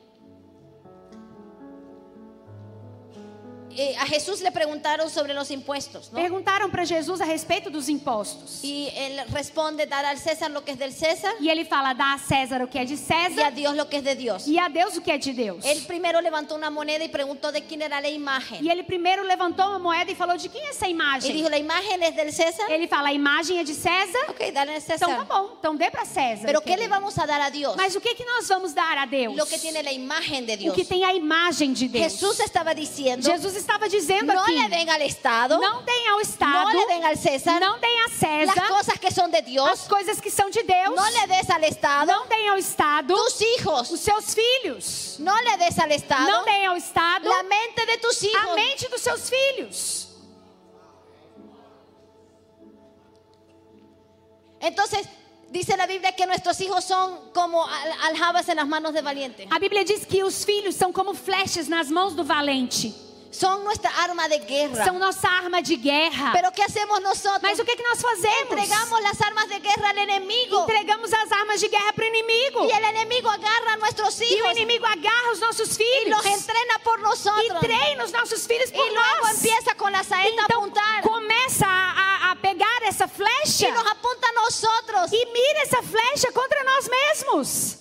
Eh, a Jesús le preguntaron sobre los impuestos, ¿no?
Perguntaram para Jesus a respeito dos impostos.
Y él responde, dar al César lo que es del César
E ele fala: dá a César o que é de
y a
César
Dios lo que es de Dios.
e a Deus o que é de Deus.
Él primero levantó una moneda y preguntó de quién era la
E
imagen.
ele primeiro levantou uma moeda e falou: de quem é essa
Y
imagem?
dijo, la imagen es del César.
Ele fala: a imagem é de César?
Ok, dale al
Então tá
César.
bom, então dê para César.
Pero ¿qué le vamos a dar a Dios?
Mas o que, que nós vamos dar a Deus?
Lo que tiene la imagen de
O
Deus. é
que tem a imagem de Deus.
Jesús estaba diciendo,
Jesus estava dizendo
no
aqui:
le den al Estado,
não tem ao Estado,
no le den al César,
não tem a
las
César,
cosas que son de
as
Dios,
coisas que são de Deus.
no le des al Estado,
Não deem ao Estado
tus
os
hijos,
seus filhos.
no le des al Estado,
Não deem ao Estado
la mente de tus
a
hijos.
mente dos seus filhos.
Entonces, dice la Biblia que nuestros hijos son como al- aljabas en las manos de valiente.
A Bíblia diz que os filhos são como flechas nas mãos do valente.
Son nuestra arma de guerra.
São nossa arma de guerra.
Pero ¿qué hacemos nosotros?
Mas o que, que nós fazemos?
Entregamos las armas de guerra al enemigo.
Entregamos as armas de guerra para o inimigo.
Y el enemigo agarra a nuestros
E o
hijos
inimigo agarra os nossos
y
filhos.
los entrena por
E
nosotros.
treina os nossos filhos por
Y luego
nós.
empieza con la saeta a
Então
apuntar.
começa a, a- a pegar essa flecha
Y nos apunta a nosotros.
e mira essa flecha contra nós mesmos.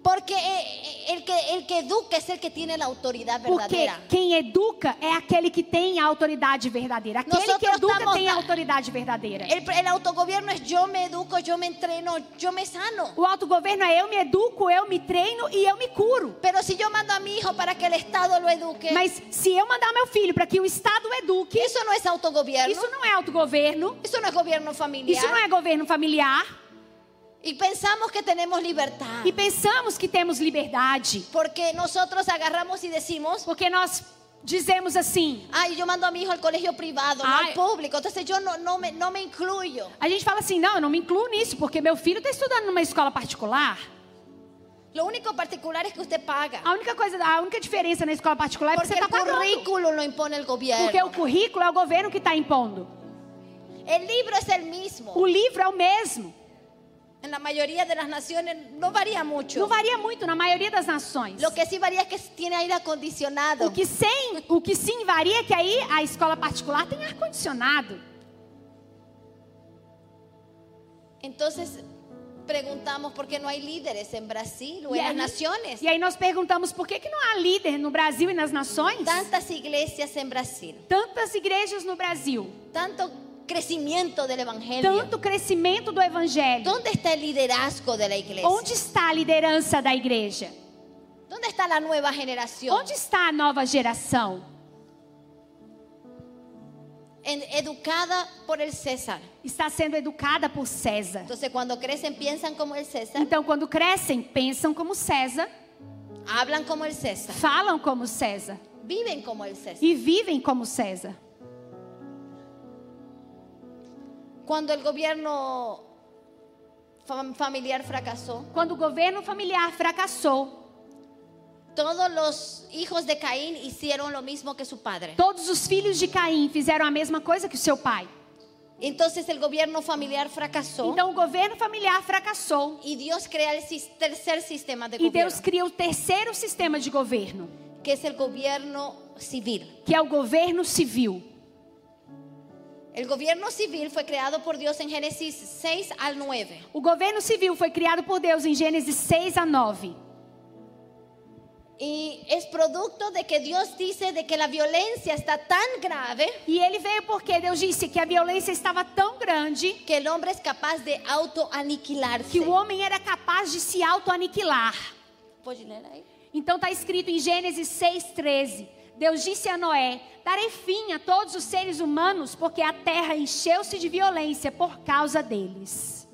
Porque eh, el que, el que educa es el que tiene la autoridad
Porque
verdadera.
quem educa é aquele que tem a autoridade verdadeira. Aquele
Nós
que
outros
educa
estamos
tem a
na-
autoridade verdadeira.
El, el autogobierno es yo me educo, yo me entreno, yo me sano.
O autogoverno é eu me educo, eu me treino e eu me curo.
Pero si yo mando a mi hijo para que el Estado lo eduque,
Mas se eu mandar meu filho para que o Estado o eduque,
eso no es autogobierno,
isso não é autogoverno,
eso no es gobierno familiar.
isso não é governo familiar.
Y pensamos que tenemos libertad,
E pensamos que temos liberdade,
porque nosotros agarramos y decimos,
porque nós dizemos assim.
ay, yo mando a mi hijo al colegio privado, no
Ay.
al público, entonces yo no, no, me, no me incluyo.
A gente fala assim, não, eu não me incluo nisso, porque meu filho está estudando numa escola particular.
Lo único particular es que usted paga,
A única coisa, a única diferença na escola particular é porque
porque
você
el
está pagando.
currículo lo impone el
Porque o
gobierno.
currículo é o governo que está impondo.
El libro es el mismo.
O livro é o mesmo.
En la mayoría de las naciones no varía
Não
mucho.
varia muito na maioria das nações.
Lo que sí varía es que tiene aire acondicionado.
O que, sem, o que sim varia é que aí a escola particular tem ar-condicionado.
Entonces preguntamos por qué no hay líderes en Brasil o
E
en las
aí-
naciones.
E aí nós perguntamos por que, que não há líder no Brasil e nas nações?
Tantas iglesias en Brasil,
Tantas igrejas no Brasil,
tanto crecimiento del evangelio.
tanto crescimento do evangelho.
¿Dónde está el liderazgo de la iglesia?
Onde está a liderança da igreja?
¿Dónde está la nueva generación?
Onde está a nova geração?
En- educada por el César.
Está sendo educada por César.
Entonces cuando crecen piensan como el César,
Então, quando crescem, pensam como César,
hablan como el César,
Tá. falam como César.
viven como el César.
e vivem como César.
Cuando el gobierno fam- familiar fracasó,
Quando o governo familiar fracassou,
todos los hijos de Caín hicieron lo mismo que su padre.
todos os filhos de Caim fizeram a mesma coisa que o seu pai.
Entonces el gobierno familiar fracasó
Então o governo familiar fracassou
y Dios crea el sis- tercer sistema de
e Deus
gobierno,
cria o terceiro sistema de governo,
que es el gobierno civil.
que é o governo civil.
El gobierno civil fue creado por Dios en Génesis 6 al 9.
O governo civil foi criado por Deus em Gênesis 6 a 9.
Y es producto de que Dios dice de que la violencia está tan grave
E ele veio porque Deus disse que a violência estava tão grande
que el hombre es capaz de autoaniquilarse.
que o homem era capaz de se autoaniquilar.
¿Puedes leer ahí?
Então está escrito em Gênesis 6,13. Deus disse a Noé: Darei fim a todos os seres humanos, porque a terra encheu-se de violência por causa deles.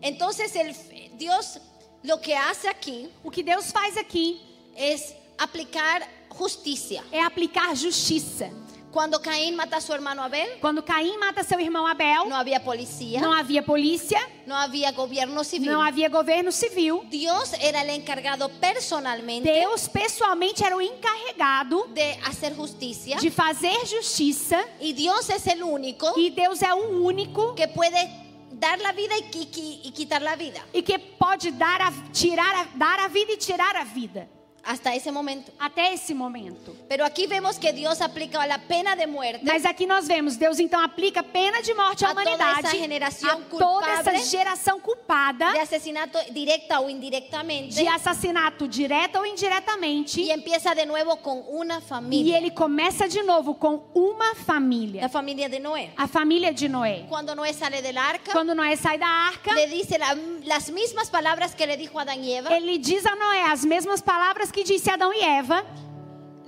Entonces el, Dios lo que hace aquí
O que Deus faz aqui
es aplicar justicia.
é aplicar justiça.
Cuando Caín mata a su hermano Abel,
Quando Caim mata seu irmão Abel,
no había policía,
não
no,
havia polícia,
había gobierno civil.
não havia governo civil.
Dios era el encargado personalmente
Deus pessoalmente era o encarregado
de hacer justicia
de fazer justiça
y Dios es el único
e Deus é o único
que puede dar la vida y, qui- qui- y quitar la vida.
e que pode dar a, tirar a, dar a vida e tirar a vida.
Hasta ese momento.
Até esse momento.
Pero aquí vemos que Dios aplica la pena de muerte
Mas aqui nós vemos, Deus então aplica pena de morte à
A toda
humanidade,
essa né? generação
a toda essa
culpável
geração culpada
de asesinato directa o indirectamente
de assassinato, direta ou indiretamente.
y empieza de nuevo con una
E
familia,
ele começa de novo com uma
la
família,
familia de Noé.
a família de Noé.
Cuando Noé sale del arca,
Quando Noé sai da arca,
le dice la- las mismas palabras que le dijo a Adán y Eva,
ele diz a Noé as mesmas palavras que disse a Adão e Eva,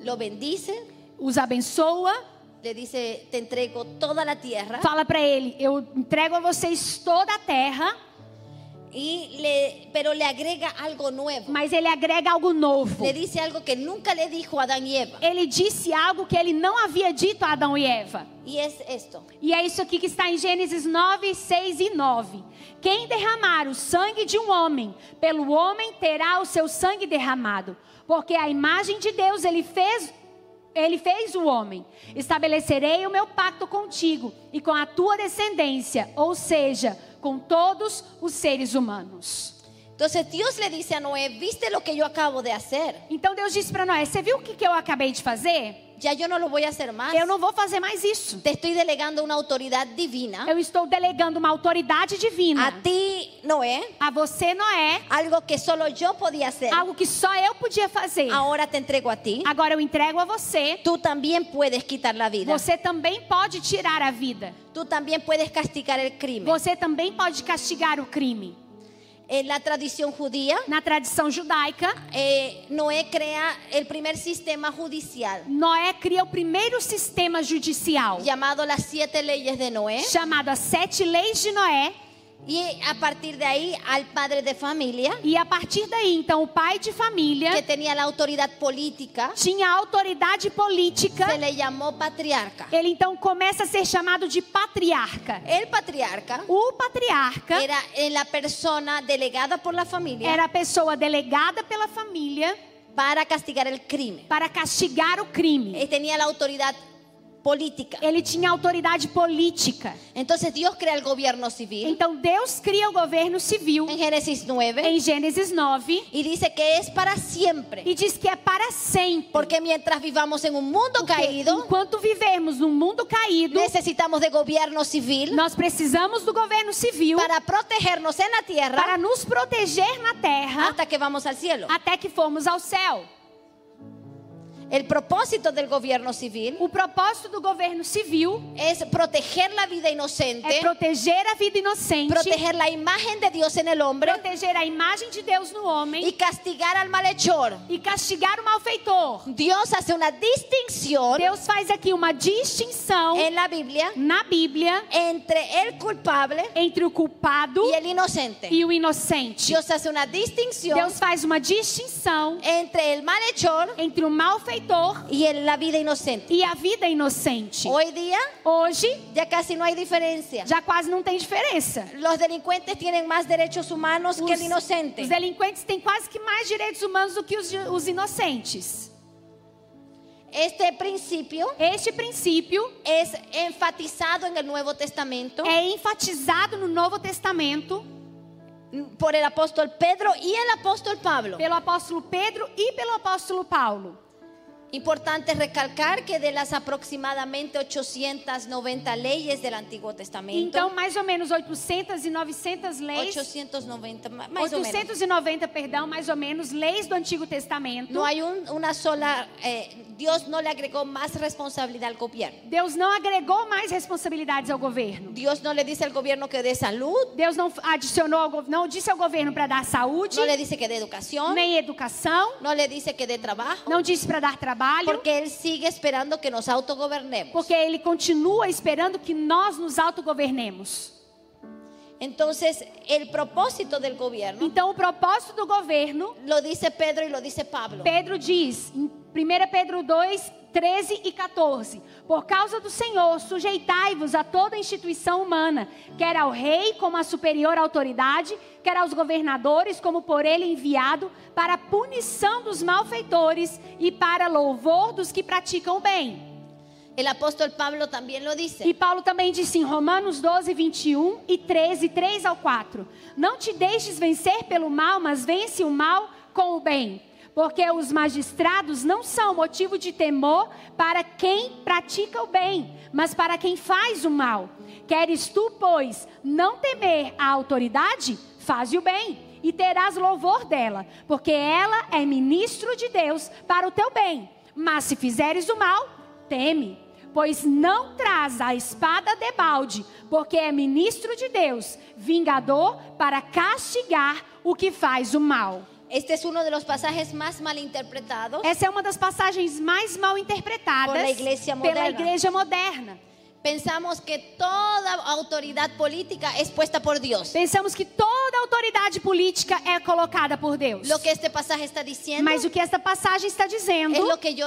lo bendice,
os abençoa,
le dice, te entrego toda la tierra
fala para ele, eu entrego a vocês toda a terra,
y le pero le agrega algo nuevo.
mas ele agrega algo novo.
Le dice algo que nunca le dijo a Adán y Eva
Ele disse algo que ele não havia dito a Adão e Eva.
y es esto.
E é isso aqui que está em Gênesis 9, 6 e 9. Quem derramar o sangue de um homem, pelo homem terá o seu sangue derramado, porque a imagem de Deus ele fez ele fez o homem. Estabelecerei o meu pacto contigo e com a tua descendência, ou seja, com todos os seres humanos.
Entonces Dios le dice a Noé, ¿viste lo que yo acabo de hacer?
Então Deus disse para Noé: Você viu o que que eu acabei de fazer?
Ya yo no lo voy a hacer más.
Eu não vou fazer mais isso.
Te estoy delegando una autoridad divina
Eu estou delegando uma autoridade divina
a ti, Noé,
a você, Noé,
algo que solo yo podía hacer.
algo que só eu podia fazer.
Ahora te entrego a ti.
Agora eu entrego a você.
Tú también puedes quitar la vida.
Você também pode tirar a vida.
Tú también puedes castigar el crimen.
Você também pode castigar o crime.
En la tradición judía,
Na tradição judaica,
eh, Noé crea el primer sistema judicial
Noé cria o primeiro sistema judicial,
llamado las siete leyes de Noé.
chamado as Sete Leis de Noé.
Y a partir de ahí, al padre de familia,
E a partir daí, então, o pai de
que
família
tenía la autoridad política,
tinha autoridade política.
se le llamó patriarca.
Ele então começa a ser chamado de patriarca.
El patriarca
O patriarca
era eh, la persona delegada por la familia
era a pessoa delegada pela família
para castigar el crimen.
para castigar o crime.
Eh, Tenía la autoridad política.
Ele tinha autoridade política.
Entonces Dios crea el gobierno civil
Então Deus cria o governo civil
en Génesis 9
em Gênesis 9
y dice que es para siempre.
e diz que é para sempre.
Porque mientras vivamos en un mundo caído,
enquanto vivermos num mundo caído,
necesitamos de gobierno civil
nós precisamos do governo civil
para protegernos en la
para
tierra
nos proteger na terra
hasta que vamos al cielo.
até que formos ao céu.
El propósito del gobierno civil
O propósito do governo civil
es proteger la vida
é
inocente,
proteger a vida inocente,
proteger la imagen de Dios en el hombre
proteger a imagem de Deus no
y
homem
castigar al malhechor.
e castigar o malfeitor.
Dios hace una distinción
Deus faz aqui uma distinção
en la Biblia
na Bíblia
entre el culpable
entre o culpado
y el inocente.
e o inocente.
Dios hace una distinción
Deus faz uma distinção
entre el malhechor
entre o malfeitor
y en la vida inocente.
e a vida inocente.
Hoy día
Hoje
ya casi no hay diferencia.
já quase não tem diferença.
Los delincuentes tienen más derechos humanos que el inocente.
os delinquentes têm quase que mais direitos humanos do que os, os inocentes.
Este principio
Este princípio
es enfatizado en el Nuevo Testamento
é enfatizado no Novo Testamento
por el apóstol Pedro y el apóstol Pablo.
pelo apóstolo Pedro e pelo apóstolo Paulo.
Importante recalcar que de las aproximadamente 890 leyes del Antiguo Testamento,
Então, mais ou menos 800 e 900 leis,
890 ma- más o menos,
890, perdão, mais ou menos, leis do Antigo Testamento.
no hay un- una sola, eh, Dios no le agregó más responsabilidad al gobierno.
Deus não agregou mais responsabilidades ao governo.
Dios no le dice al gobierno que dé salud,
Deus não adicionou, ao gov- não disse ao governo para dar saúde,
no le dice que dé educación,
nem educação,
no le dice que dé trabajo,
não disse para dar trabalho,
porque Él sigue esperando que nos autogobernemos.
porque ele continua esperando que nós nos autogovernemos.
Entonces, el propósito del gobierno
Então, o propósito do governo,
lo dice Pedro y lo dice Pablo.
Pedro diz, em 1 Pedro 2, 13 e 14: Por causa do Senhor, sujeitai-vos a toda instituição humana, quer ao rei como a superior autoridade, quer aos governadores como por ele enviado, para punição dos malfeitores e para louvor dos que praticam o bem.
El apóstol Pablo también lo dice.
E Paulo também disse em Romanos 12, 21 e 13, 3 ao 4: Não te deixes vencer pelo mal, mas vence o mal com o bem. Porque os magistrados não são motivo de temor para quem pratica o bem, mas para quem faz o mal. Queres tu, pois, não temer a autoridade? Faze o bem e terás louvor dela, porque ela é ministro de Deus para o teu bem. Mas se fizeres o mal, teme, pois não traz a espada de balde, porque é ministro de Deus, vingador para castigar o que faz o mal.
Este es uno de los pasajes más malinterpretados.
Essa é uma das passagens mais mal interpretadas
Pela igreja
pela
moderna.
igreja moderna.
Pensamos que toda autoridad política es puesta por Dios.
Pensamos que toda autoridade política é colocada por Deus.
Lo que este pasaje está diciendo
Mas o que esta passagem está dizendo
es lo que yo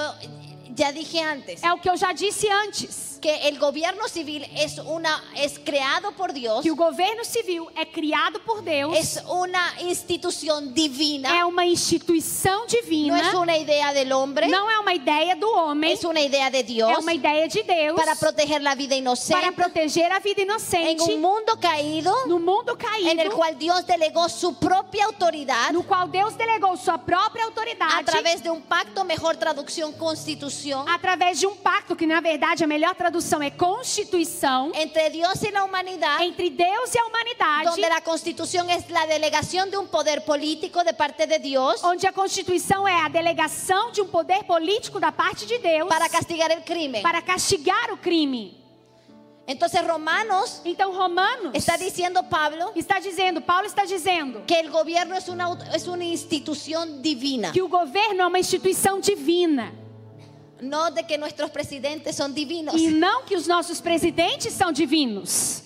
ya dije antes,
é o que eu já disse antes,
que el gobierno civil es una es creado por Dios,
que o governo civil é criado por Deus,
es una institución
é
divina,
uma instituição
no
divina,
es una idea del hombre,
não é uma ideia do homem,
es una idea de
é
Deus
uma ideia de Deus
para proteger la vida
para
inocente
proteger a vida
en
inocente
un mundo caído
no mundo caído,
en el cual Dios delegó su propia autoridad
no qual Deus delegou sua própria
a
autoridade
través de un pacto, mejor traducción, constitución,
através de um pacto que na verdade a melhor tradução é constituição
entre Dios y la humanidad,
entre Deus e a humanidade,
donde la constitución es la delegación de un poder político de parte de Dios
onde a constituição é a delegação de um poder político da parte de Deus
para castigar el crimen.
para castigar o crime.
Entonces Romanos
Então Romanos
está diciendo Pablo
está dizendo, Paulo está dizendo
que el gobierno es una, aut- es una institución divina,
que o governo é uma instituição divina
no de que nuestros presidentes son divinos.
e não que os nossos presidentes são divinos.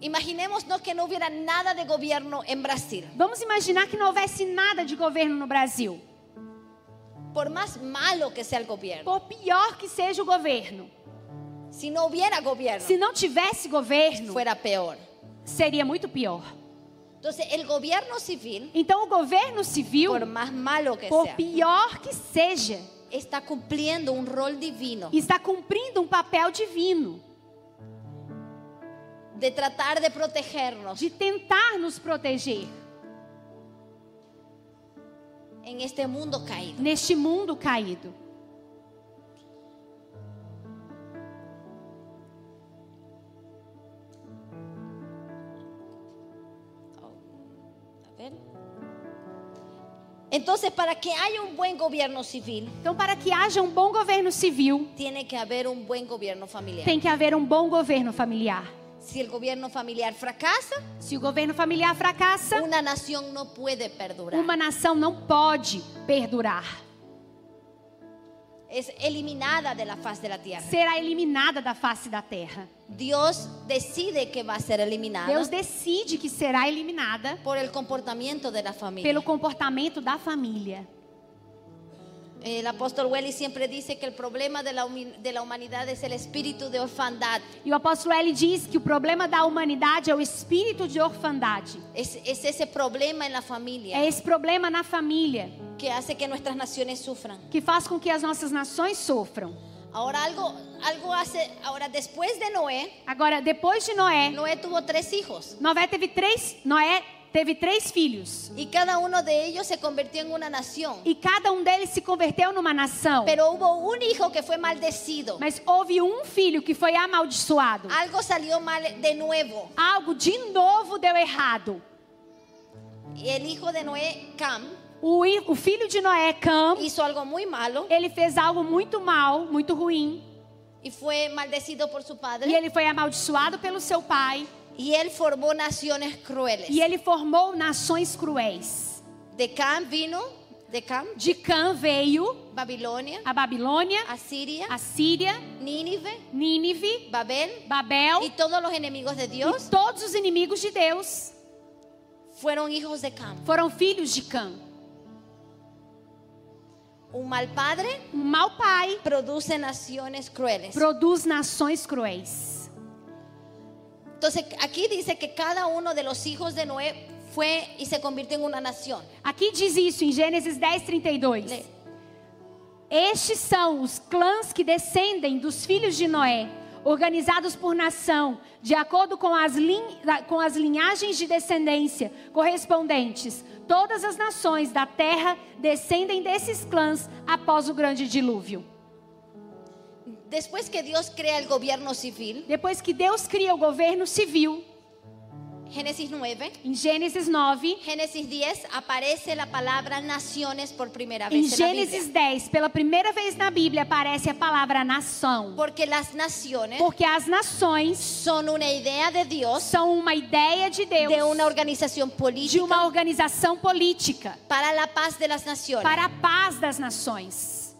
Imaginémonos que no hubiera nada de gobierno en Brasil.
Vamos imaginar que não houvesse nada de governo no Brasil,
Por más malo que sea el gobierno,
por pior que seja o governo.
si no hubiera gobierno,
Se não tivesse governo,
fuera peor.
seria muito pior.
Entonces, el gobierno civil,
Então, o governo civil,
por más malo que
por
sea,
pior que seja,
está cumpliendo un rol divino
está cumprindo um papel divino
de tratar de protegernos
de tentar nos proteger
en este mundo caído.
neste mundo caído.
A ver. Entonces, para que haya un buen gobierno civil,
Então, para que haja um bom governo civil,
tiene que haber un buen gobierno familiar.
tem que haver um bom governo familiar.
Si el gobierno familiar fracasa,
Se o governo familiar fracassa,
una nación no puede perdurar.
uma nação não pode perdurar.
es eliminada de la faz de la tierra.
será eliminada da face da terra.
Dios decide que va a ser eliminada
Deus decide que será eliminada
por el comportamiento de la familia.
pelo comportamento da família.
El apóstol Welly siempre dice que el problema de la, humi- de la humanidad es el espíritu de orfandad.
E o apóstolo L diz que o problema da humanidade é o espírito de orfandade.
Es, es ese problema en la familia
É esse problema na família
que hace que nuestras naciones sufran.
que faz com que as nossas nações sofram.
Ahora algo, algo hace, ahora después de Noé,
Agora, depois de Noé,
Noé tuvo tres hijos
Noé teve três, Noé teve três filhos
y cada uno de ellos se convirtió en una nación.
e cada um deles se converteu numa nação.
Pero hubo un hijo que fue maldecido.
Mas houve um filho que foi amaldiçoado.
Algo salió mal de nuevo.
Algo de novo deu errado.
Y el hijo de Noé, Cam,
O, i- o filho de Noé, Cam,
hizo algo muy malo
ele fez algo muito mal, muito ruim,
y fue maldecido por su
e
padre.
ele foi amaldiçoado pelo seu pai,
Y él formó naciones crueles.
e ele formou nações cruéis.
De Cam vino, de Cam,
De Cam veio
Babilonia,
a Babilônia,
Asiria,
a Síria,
Nínive,
Nínive,
Babel
Babel
y todos los enemigos de
e
Dios
todos os inimigos de Deus
fueron hijos de Cam.
foram filhos de Cam.
Un mal padre
Um mau pai
produce naciones crueles.
produz nações cruéis.
Entonces aquí dice que cada uno de los hijos de Noé fue y se convirtió en una nación.
Aqui diz isso em Gênesis 10, 32.
Le-
Estes são os clãs que descendem dos filhos de Noé, organizados por nação, de acordo com as, lin- da- com as linhagens de descendência correspondentes. Todas as nações da terra descendem desses clãs após o grande dilúvio.
Después que Dios crea el gobierno civil,
Depois que Deus cria o governo civil,
Génesis 9,
em Gênesis 9,
Génesis 10 aparece la palabra naciones por primera
em
vez en la
Gênesis
Biblia.
10, pela primeira vez na Bíblia aparece a palavra nação.
porque las naciones
Porque as nações
son una idea de Dios
são uma ideia de Deus.
de una organización
de
política
uma organização política
para la paz de las naciones.
para a paz das nações.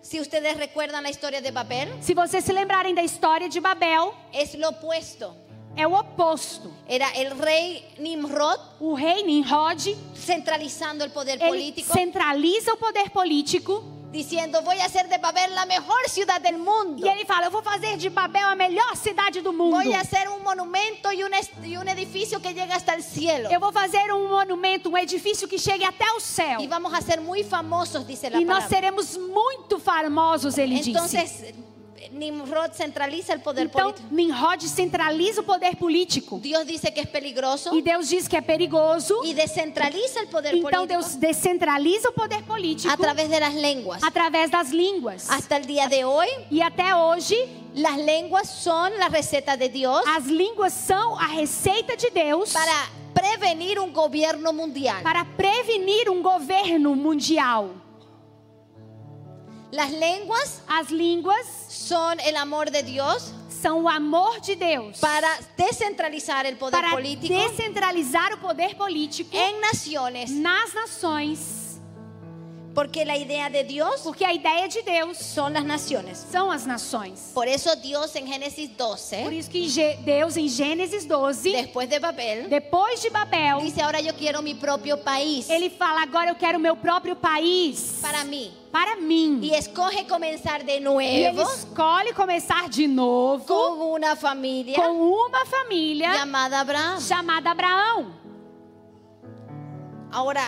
Si ustedes recuerdan la historia de Babel,
Se vocês se lembrarem da história de Babel,
es lo opuesto.
é o oposto.
Era el rey Nimrod
O rei Nimrod,
centralizando el poder
ele
político,
centraliza o poder político
diciendo voy a hacer de Babel la mejor ciudad del mundo.
e ele fala: "Eu vou fazer de Babel a melhor cidade do mundo.
Então. Voy a hacer un monumento y un, est- y un edificio que llega hasta el cielo.
Eu vou fazer um monumento, um edifício que chegue até o céu.
Y vamos a ser muy famosos, dice la
E nós
palabra.
seremos muito famosos", ele disse.
Entonces, Nimrod centraliza el Então, poder
Então,
político.
Nimrod centraliza o poder político.
Dios dice que es peligroso
E Deus diz que é perigoso.
y descentraliza el poder
Então Deus
político
descentraliza o poder político
a través de las lenguas.
através das línguas.
Hasta el día de hoy,
E até hoje,
las lenguas son la receta de Dios
as línguas são a receita de Deus
para prevenir un gobierno mundial.
para prevenir um governo mundial.
Las lenguas
As línguas
son el amor de Dios
são o amor de Deus
para descentralizar el poder
para
político É
descentralizar o poder político
en naciones,
nas nações,
porque la idea de Dios
porque a ideia de Deus
son las naciones.
são as nações.
Por eso Dios en Génesis
Por
12,
isso que Gê- Deus em Gênesis 12,
después de Babel,
depois de Babel,
dice, ahora yo quiero mi propio país
ele fala: "Agora eu quero o meu próprio país".
para mí.
para mim.
Y escoge comenzar de
E ele
nuevo
escolhe começar de novo com,
con una familia
uma família
llamada Abraham.
chamada Abraão.
Ahora,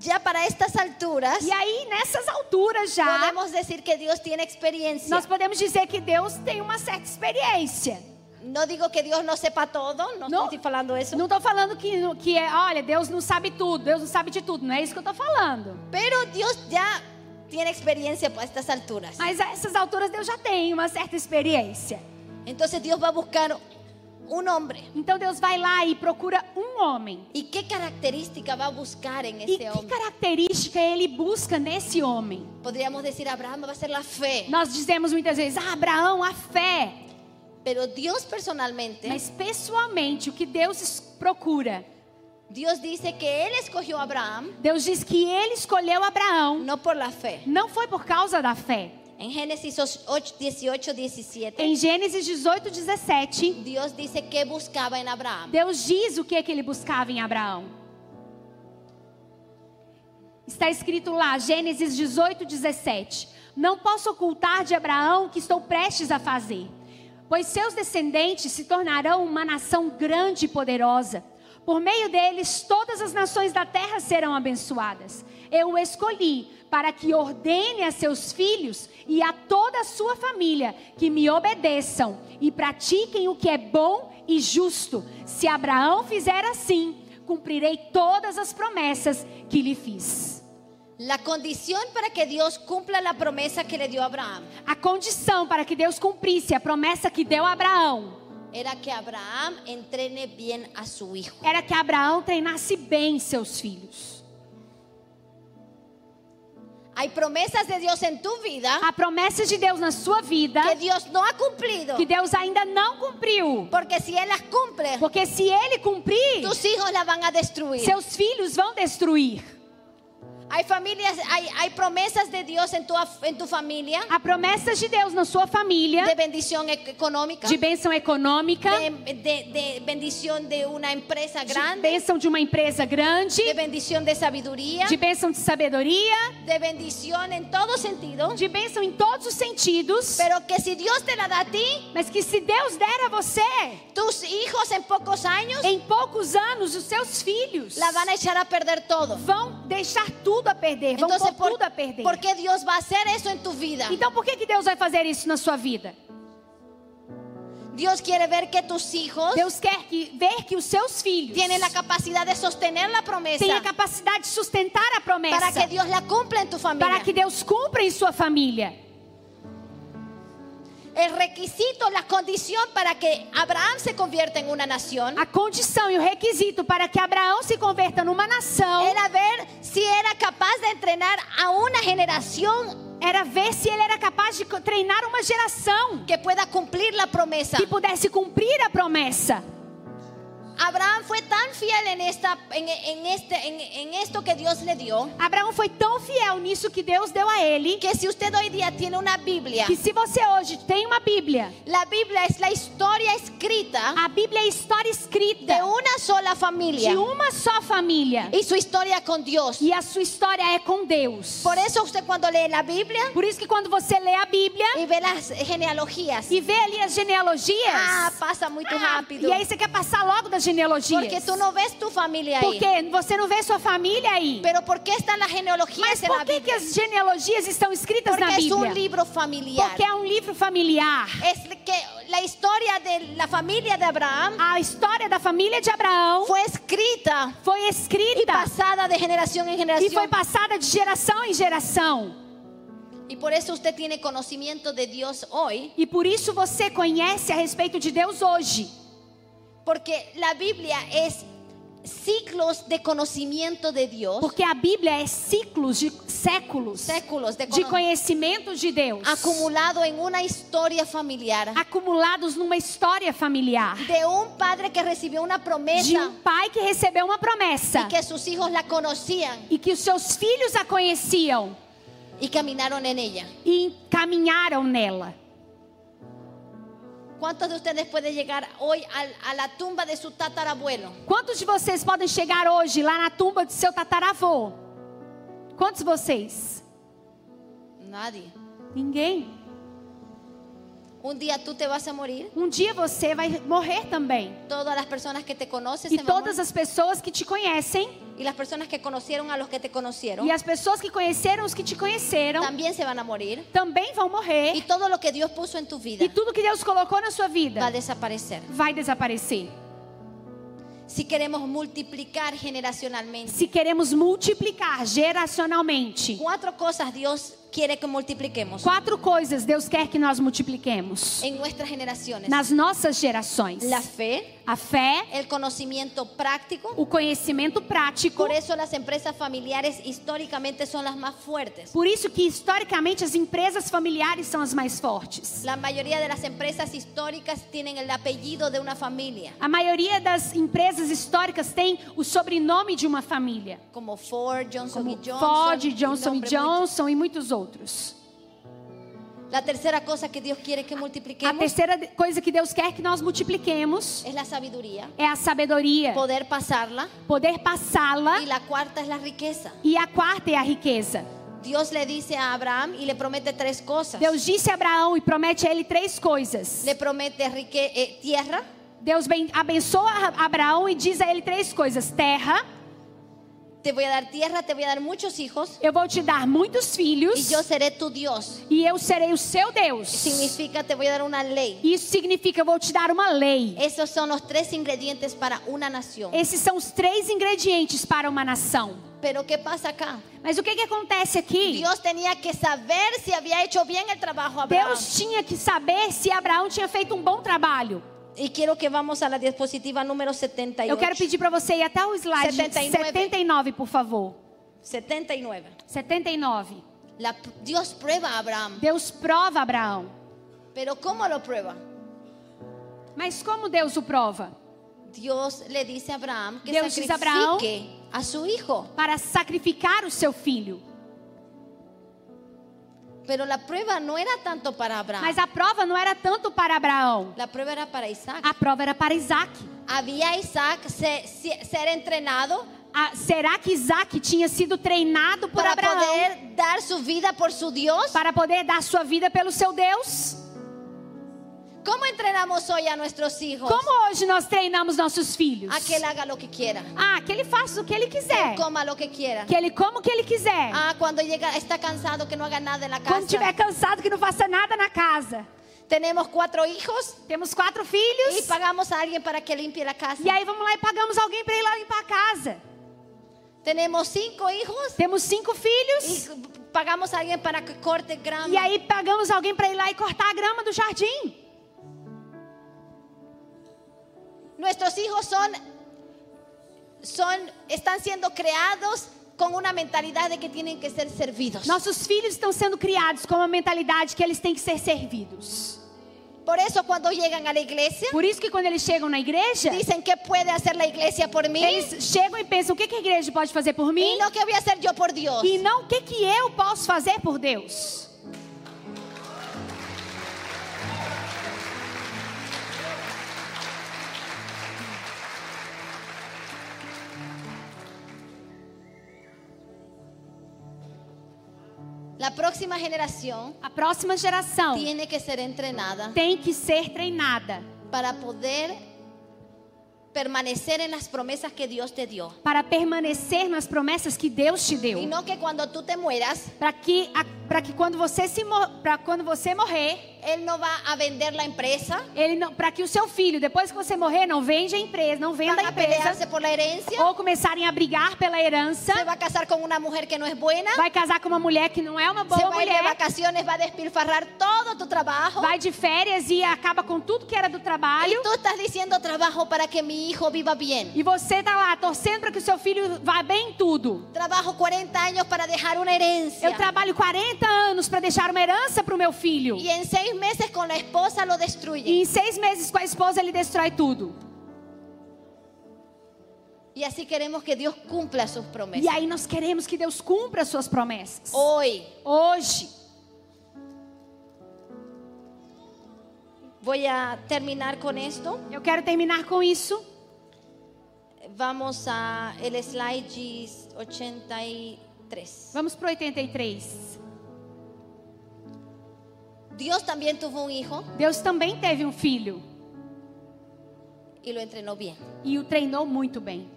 ya para estas alturas,
E aí, nessas alturas já,
podemos decir que Dios tiene experiencia.
nós podemos dizer que Deus tem uma certa experiência.
No digo que Dios no sepa todo, no,
No.
estoy falando eso.
Não estou falando que, que é, olha, Deus não sabe tudo, Deus não sabe de tudo, não é isso que eu estou falando.
Pero Dios ya tiene experiencia para estas alturas.
Mas a essas alturas Deus já tem uma certa experiência.
Entonces Dios va a buscar un hombre.
Então Deus vai lá e procura um homem.
¿Y qué característica va a buscar en
E
ese
que
hombre?
característica ele busca nesse homem?
Podríamos decir Abraham va a ser la fe.
Nós dizemos muitas vezes, ah, Abraão, a fé.
Pero Dios personalmente
Mas pessoalmente, o que Deus es- procura
Dios dice que Él escogió a Abraham
Deus diz que ele escolheu Abraão,
no por la fe.
não foi por causa da fé.
En Génesis 8, 18, 17,
Em Gênesis 18, 17,
Dios dice que buscaba en Abraham.
Deus diz o que, que ele buscava em Abraão. Está escrito lá, Gênesis 18, 17. Não posso ocultar de Abraão o que estou prestes a fazer, pois seus descendentes se tornarão uma nação grande e poderosa. Por meio deles, todas as nações da terra serão abençoadas. Eu o escolhi para que ordene a seus filhos e a toda a sua família que me obedeçam e pratiquem o que é bom e justo. Se Abraão fizer assim, cumprirei todas as promessas que lhe fiz.
La condición para que Dios cumpla la promesa que le dio a Abraham
A condição para que Deus cumprisse a promessa que deu a Abraão
era que Abraham entrene bien a su hijo.
era que Abraão treinasse bem seus filhos.
Hay promesas de Dios en tu vida
Há promessas de Deus na sua vida
que Dios no ha cumplido.
que Deus ainda não cumpriu.
Porque si Él las cumple,
Porque se ele cumprir,
tus hijos las van a destruir.
seus filhos vão destruir.
Hay familias, hay, hay promesas de Dios en tu, af- en tu familia
Há promessas de Deus na sua família
de bendición ec- económica,
de bênção econômica,
de, de- de bendición de una empresa
de
grande,
bênção de uma empresa grande,
de bendición de sabiduría,
de bênção de sabedoria.
de bendición en todo sentido.
de bênção em todos os sentidos,
Pero que si Dios te la da a ti,
mas que se Deus der a você,
tus hijos en pocos años
em poucos anos os seus filhos
la van a echar a perder todo.
vão deixar tudo a perder, vão
Entonces, Então, ¿por,
pôr tudo a perder.
por qué Dios va a hacer eso en tu vida?
Então por que, que Deus vai fazer isso na sua vida?
Dios quiere ver que tus hijos
Deus quer que, ver que os seus filhos
tienen la capacidad de sostener la promesa
tenham a capacidade de sustentar a promessa
para que Dios la cumpla en tu
para
familia.
que Deus cumpra em sua família.
El requisito, la condición para que Abraham se convierta en una nación
A condição e o requisito para que Abraão se converta numa nação
era ver si era capaz de entrenar a una generación
era ver se ele era capaz de co- treinar uma geração
que pueda cumplir la promesa.
que pudesse cumprir a promessa.
Abraham fue tan fiel en, esta, en, en este, en, en esto que Dios le dio
Abraão foi tão fiel nisso que Deus deu a ele
que si usted hoy día tiene una Biblia,
que se você hoje tem uma Bíblia,
la Biblia es la historia escrita
a Bíblia é história escrita
de una sola familia
de uma só família
y su historia con Dios.
e a sua história é com Deus.
Por eso usted cuando lee la Biblia
Por isso que quando você lê a Bíblia
y ve las genealogías,
e vê ali as genealogias,
ah, pasa muy
ah,
rápido.
e aí você quer passar logo das
Porque
genealogias,
tú no ves tu familia ahí.
porque você não vê sua família aí.
Pero ¿por qué están las genealogías
Mas
en la
por que, que
Biblia?
as genealogias estão escritas
Porque é
na
es un
Bíblia?
libro familiar.
Porque é um livro familiar.
Es que la historia de la familia de Abraham
A história da família de Abraão
fue escrita
foi
y
escrita
pasada de generación en
e foi
generación.
passada de geração em geração.
Y por eso usted tiene conocimiento de Dios hoy,
E por isso você conhece a respeito de Deus hoje,
porque la Biblia es ciclos de conocimiento de Dios,
porque a Bíblia é ciclos de séculos
séculos de,
de
cono-
conhecimento de Deus
acumulado en una historia familiar
acumulados numa história familiar
de un padre que recibió uma
de
promessa
um pai que recebeu uma promessa
y que sus hijos la conocían
e que os seus filhos a conheciam
y caminaron en ella.
e caminharam nela.
¿Cuántos de ustedes pueden llegar hoy al- a, la tumba de su tatarabuelo?
Quantos de vocês podem chegar hoje lá na tumba do seu tataravô? Quantos de vocês?
Nadie.
Ninguém.
Un día tú te vas a morir.
Um dia você vai morrer também.
Todas las personas que te conocen
E
se van a
todas as pessoas que te conhecem
morir. y las personas que conocieron a los que te conocieron
e as pessoas que conheceram os que te conheceram
también se van a morir.
também vão
Y
morrer.
todo lo que Dios puso en tu vida
E tudo que Deus colocou na sua vida
va a desaparecer.
vai desaparecer.
Si queremos multiplicar generacionalmente,
Se queremos multiplicar geracionalmente,
cuatro cosas Dios quiere que multipliquemos
quatro coisas Deus quer que nós multipliquemos
en nuestras generaciones.
nas nossas gerações:
La fe,
a fé,
el conocimiento práctico.
o conhecimento prático.
Por eso las empresas familiares históricamente son las más fuertes.
Por isso que historicamente as empresas familiares são as mais fortes.
La mayoría de las empresas históricas tienen el apellido de una familia.
A maioria das empresas empresas históricas têm o sobrenome de uma família.
como Ford, Johnson
Como
y Johnson.
Ford,
y
Johnson
nombre
Johnson e muitos outros.
mucho. La tercera cosa que Dios quiere que
A
multipliquemos
terceira de- coisa que Deus quer que nós multipliquemos
es la sabiduría,
é a sabedoria,
poder pasarla.
poder passá-la.
Y la cuarta es la riqueza.
E a quarta é a riqueza.
Dios le dice a Abraham y le promete tres cosas.
Deus disse a Abraão e promete a ele três coisas.
Le promete rique- eh, tierra,
Deus ben- abençoa a- Abraão e diz a ele três coisas: terra,
te voy a dar tierra, te voy a dar muchos hijos
eu vou te dar muitos filhos
y yo seré tu Dios.
e eu serei o seu Deus.
Significa te voy a dar una ley.
Isso significa eu vou te dar uma lei.
Esos son los tres ingredientes para una nación.
Esses são os três ingredientes para uma nação.
Pero ¿qué pasa acá?
Mas o que, que acontece aqui?
Dios tenía que saber si había hecho bien el trabajo Abraham.
Deus tinha que saber se Abraão tinha feito um bom trabalho.
Y quiero que vamos a la diapositiva número
Eu quero
78.
pedir para você ir até o slide
79.
79, por favor.
79.
79.
La- Dios prueba a Abraham.
Deus prova Abraão.
Pero ¿cómo lo prueba?
Mas como Deus o prova?
Dios le dice a Abraham que
Dios dice a Abraham-
sacrifique a su hijo.
Para sacrificar o seu filho.
Pero la prueba no era tanto para Abraham.
Mas a prova não era tanto para Abraão.
La prueba era para Isaac.
A prova era para Isaac.
Había Isaac se- se- ser entrenado
Ah, será que Isaac tinha sido treinado por
para
Abraão
poder dar su vida por su Dios.
para poder dar sua vida pelo seu Deus?
¿Cómo entrenamos hoy a nuestros hijos
Como hoje nós treinamos nossos filhos?
a que él haga lo que quiera,
Ah, que ele faça o que ele quiser.
coma lo que quiera?
Que ele coma o que ele quiser.
Ah, cuando llega está cansado que no haga nada en la
Quando estiver
casa.
cansado, que não faça nada na casa.
Tenemos cuatro hijos
Temos quatro
y
filhos.
pagamos a alguien para que limpie la casa.
E aí vamos lá e pagamos alguém para ir lá limpar a casa.
Tenemos cinco hijos
Temos cinco
y
filhos.
pagamos a alguien para que corte grama.
E aí pagamos alguém para ir lá e cortar a grama do jardim.
Nuestros hijos son, son, están siendo creados con una mentalidad de que tienen que ser servidos.
Nossos filhos estão sendo criados com uma mentalidade que eles têm que ser servidos.
Por eso cuando llegan a la iglesia,
Por isso que quando eles chegam na igreja,
dicen, ¿qué puede hacer la iglesia por mí?
eles chegam e pensam: o que, que a igreja pode fazer por
Y
mim?
no, ¿qué voy a hacer yo por Dios?
E não o que, que eu posso fazer por Deus.
La próxima generación
A próxima geração
tiene que ser entrenada
tem que ser treinada
para poder permanecer en las promesas que Dios te dio.
para permanecer nas promessas que Deus te deu.
Y no que cuando tú te mueras,
Para que, para que quando você se para quando você morrer,
Él no va a vender la empresa,
ele não, para que o seu filho, depois que você morrer, não venda a empresa, não venda a
van a
empresa Oh,
pelearse por la herencia,
ou começarem a brigar pela herança,
se va a casar con una mujer que no es buena.
vai casar com uma mulher que não é uma
se
boa
va a ir de
mulher,
vacaciones, va a despilfarrar todo tu trabajo.
vai de férias e acaba com tudo que era do
Y
trabalho.
tú estás diciendo trabajo para que mi hijo viva bien.
E você tá lá torcendo para que o seu filho vá bem em tudo.
Trabajo 40 años para dejar una herencia.
Eu trabalho 40 anos para deixar uma herança pro meu filho.
Y en seis meses con la esposa lo destruye.
E em seis meses com a esposa ele destrói tudo.
Y así queremos que Dios cumpla sus
E
promesas.
aí nós queremos que Deus cumpra as suas promessas.
Hoy
Hoje
voy a terminar con esto.
Eu quero terminar com isso.
Vamos a el slide 83.
Vamos pro 83.
Dios también tuvo un hijo
Deus também teve um filho
y lo entrenó bien.
e o treinou muito bem.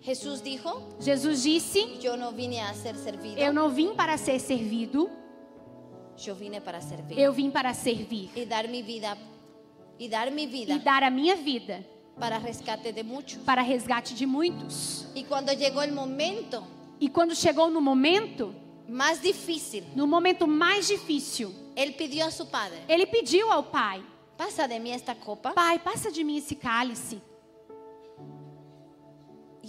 Jesús dijo,
Jesus disse:
yo no vine a ser servido,
Eu não vim para ser servido,
yo vine para servir.
eu vim para servir
y dar mi vida y dar mi
e
vida
dar a minha vida
para rescate de muchos.
para resgate de muitos.
Y cuando llegó el momento
E quando chegou no momento,
más difícil,
no momento mais difícil,
él pidió a su padre,
ele pediu ao pai:
pasa de mí esta copa.
Pai, passa de mim esse cálice.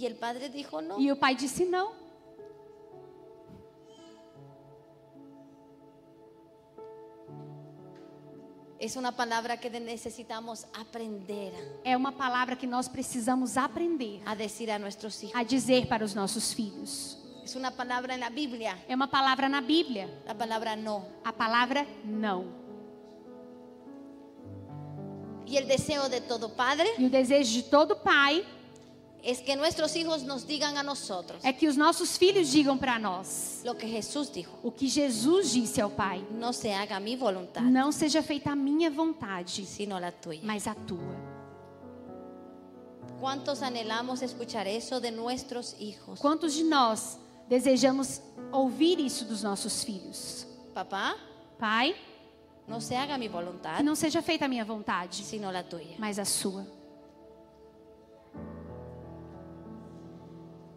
Y el padre dijo, no,
E o pai disse: Não.
Es una palabra que necesitamos aprender
É uma palavra que nós precisamos aprender
a decir a nuestros hijos.
a dizer para os nossos filhos.
Es una palabra en la Biblia,
É uma palavra na Bíblia,
la palabra no.
a palavra não.
Y el deseo de todo padre
E o desejo de todo pai
es que nuestros hijos nos digan a nosotros
é que os nossos filhos digam para nós
lo que Jesús dijo.
o que Jesus disse ao Pai:
No se haga mi voluntad,
Não seja feita a minha vontade,
sino la tuya.
mas a tua.
¿Cuántos anhelamos escuchar eso de nuestros hijos?
Quantos de nós desejamos ouvir isso dos nossos filhos?
Papá,
Pai,
no se haga mi voluntad,
que não seja feita a minha vontade,
sino la tuya.
mas a sua.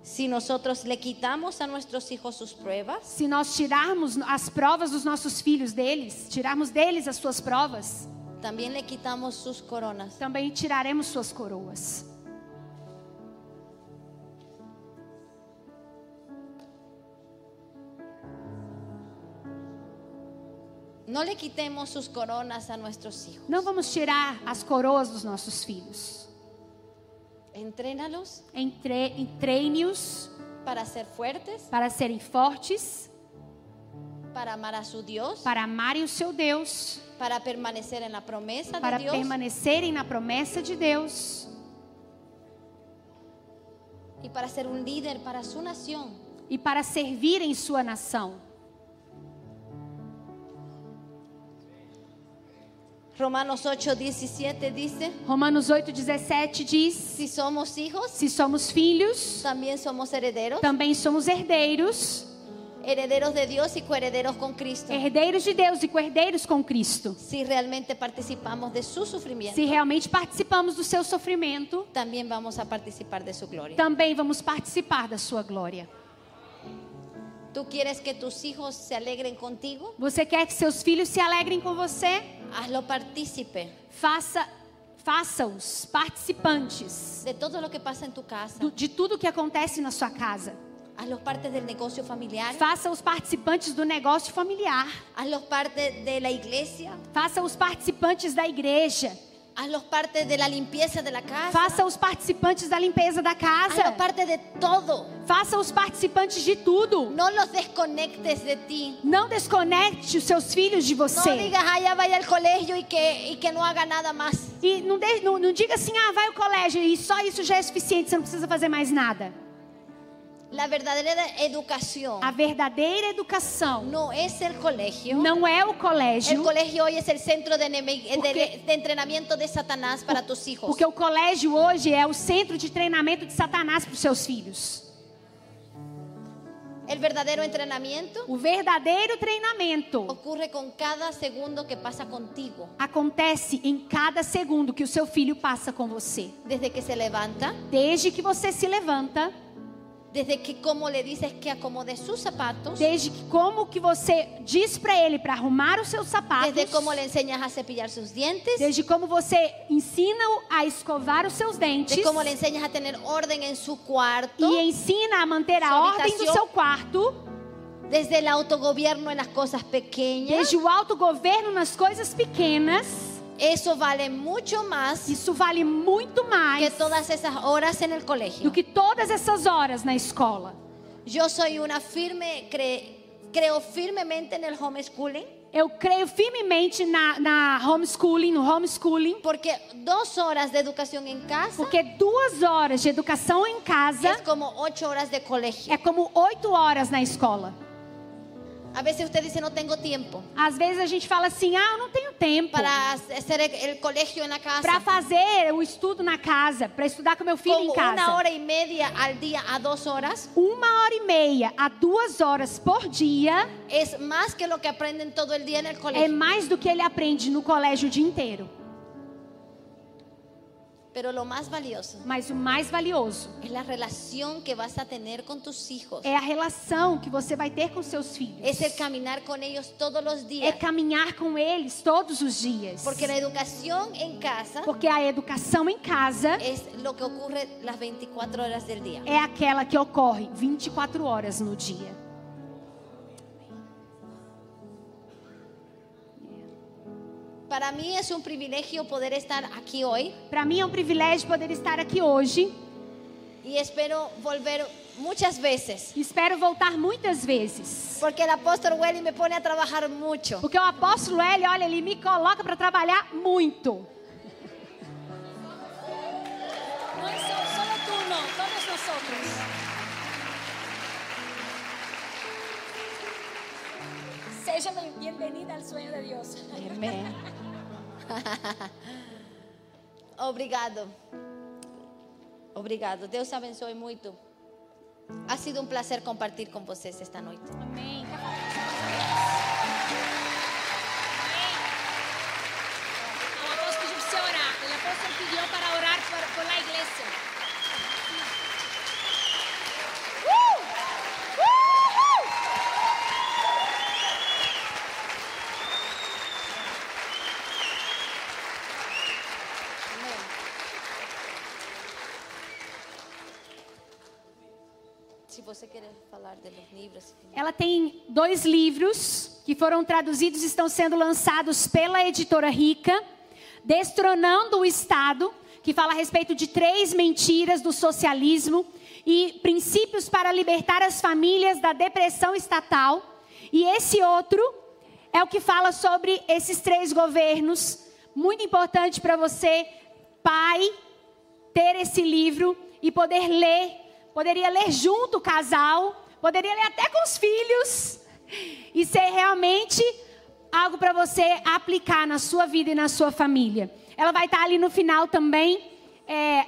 Si nosotros le quitamos a nuestros hijos sus pruebas,
Se nós tirarmos as provas dos nossos filhos deles, tirarmos deles as suas provas,
también le quitamos sus coronas.
também tiraremos suas coroas.
No le quitemos sus coronas a nuestros hijos.
Não vamos tirar as coroas dos nossos filhos.
Entrénalos
Entre, Treine-os
para ser fuertes,
para serem fortes,
para amar a su Dios,
para amarem o seu Deus,
para permanecer en la promesa de
para
Dios.
permanecerem na promessa de Deus
y para ser un líder para su nación.
e para servirem sua nação.
Romanos 8, 17 dice,
Romanos 8,17 diz:
si somos hijos,
Se somos filhos,
también somos herederos,
também somos herdeiros,
herederos de Dios y coherederos con Cristo,
herdeiros de Deus e co-herdeiros com Cristo.
si realmente participamos de su sufrimiento.
Se realmente participamos do seu sofrimento,
También vamos a participar de su gloria.
também vamos participar da sua glória.
¿Tú quieres que tus hijos se alegren contigo?
Você quer que seus filhos se alegrem com você?
Hazlo partícipe
Faça, faça-os participantes
de todo lo que pasa en tu casa.
do- de tudo que acontece na sua casa.
Hazlos parte del negocio familiar.
Faça-os participantes do negócio familiar.
Hazlos parte de la iglesia.
Faça-os participantes da igreja.
Hazlos parte de la limpieza de la casa.
Faça-os participantes da limpeza da
Hazlos
casa.
parte de todo.
Faça-os participantes de tudo.
No los desconectes de ti.
Não desconecte os seus filhos de
No
você.
digas, ah, ya vaya al colegio y que, y que no haga nada más.
E não, de- não- não diga assim, ah, vai ao colégio e só isso já é suficiente, você não precisa fazer mais nada.
La verdadera educación
A verdadeira educação
no es el colegio.
não é o
El
colégio,
colegio hoy es el centro de, enemi- de-
Porque-
de entrenamiento de Satanás para tus hijos.
porque o colégio hoje é o centro de treinamento de Satanás para os seus filhos.
El verdadero entrenamiento
O verdadeiro treinamento
ocurre con cada segundo que pasa contigo.
acontece em cada segundo que o seu filho passa com você.
Desde que se levanta,
Desde que você se levanta,
desde que como le dices que acomode sus zapatos,
desde que como que você diz para ele para arrumar os seus sapatos,
desde cómo le enseñas a cepillar sus dientes,
desde como você ensina-o a escovar os seus dentes
de cómo le enseñas a tener orden en su cuarto,
e ensina a manter a
Sua
ordem do
habitação.
seu quarto,
desde el autogobierno en las cosas pequeñas,
desde o autogoverno nas coisas pequenas.
eso vale mucho más
Isso vale muito
que
mais
todas esas horas en el
do
colegio.
que todas essas horas na escola.
Yo soy una firme, cre- creo firmemente en el homeschooling,
Eu creio firmemente na, na homeschooling, no homeschooling,
porque dos horas de educación en casa
porque duas horas de educação em casa
es como ocho horas de colegio.
é como oito horas na escola.
A veces usted dice no tengo tiempo
Às vezes a gente fala assim, ah, eu não tenho tempo
para hacer el- el colegio en la casa.
para fazer o estudo na casa, para estudar com meu filho
como
em casa.
una hora y media al día a dos horas
Uma hora e meia a duas horas por dia
es más que lo que aprenden todo el día en el
é
colegio.
mais do que ele aprende no colégio o dia inteiro.
Pero lo más valioso
Mas o mais valioso
es la relación que vas a tener con tus hijos.
é a relação que você vai ter com seus filhos.
Es el caminar con ellos todos los
É
días.
caminhar com eles todos os dias.
Porque
é
la educación en casa
Porque a educação em casa
es lo que ocurre las 24 horas del día.
é aquela que ocorre 24 horas no dia.
Para mí es un privilegio poder estar aquí hoy
Para mim é um privilégio poder estar aqui hoje.
y espero volver muchas veces.
Espero voltar muitas vezes.
Porque el apóstol Welly me pone a trabajar mucho.
Porque o apóstolo Hélio, olha, ele me coloca para trabalhar muito.
No es so- solo tú, no, todos nosotros. Sea bien- bienvenida al sueño de Dios.
Amén. [laughs] Obrigado. Obrigado. Deus abençoe muito. Ha sido um un placer compartir con vocês esta noite.
Amén. El apóstol se ora. El apóstol pidió para orar por, por la iglesia.
Si você quer falar de los libros.
Ela tem dois livros que foram traduzidos e estão sendo lançados pela editora Rica, Destronando o Estado, que fala a respeito de três mentiras do socialismo e princípios para libertar as famílias da depressão estatal. E esse outro é o que fala sobre esses três governos. Muito importante para você, pai, ter esse livro e poder ler. Poderia ler junto o casal, poderia ler até com os filhos e ser realmente algo para você aplicar na sua vida e na sua família. Ela vai estar ali no final também é,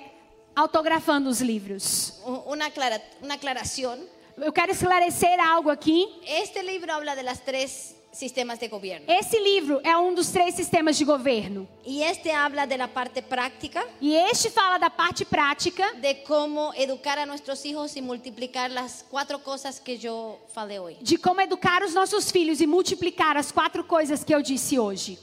autografando os livros.
Un- Una, Um, aclara- una aclaración.
Eu quero esclarecer algo aqui.
Este libro habla de las tres sistemas de gobierno.
Esse livro é um dos três sistemas de governo.
Y este habla de la parte práctica,
E este fala da parte prática
de cómo educar a nuestros hijos y multiplicar las cuatro cosas que yo falé hoy.
de como educar os nossos filhos e multiplicar as quatro coisas que eu disse hoje.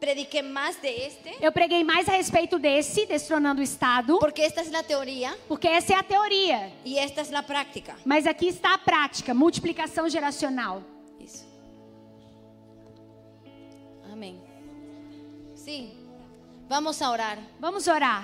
Prediqué más de este,
Eu preguei mais a respeito desse, destronando o Estado,
porque esta es la teoría
porque essa é a teoria.
y esta es la práctica.
Mas aqui está a prática, multiplicação geracional.
Isso. Amén. Sí, vamos a orar.
Vamos orar.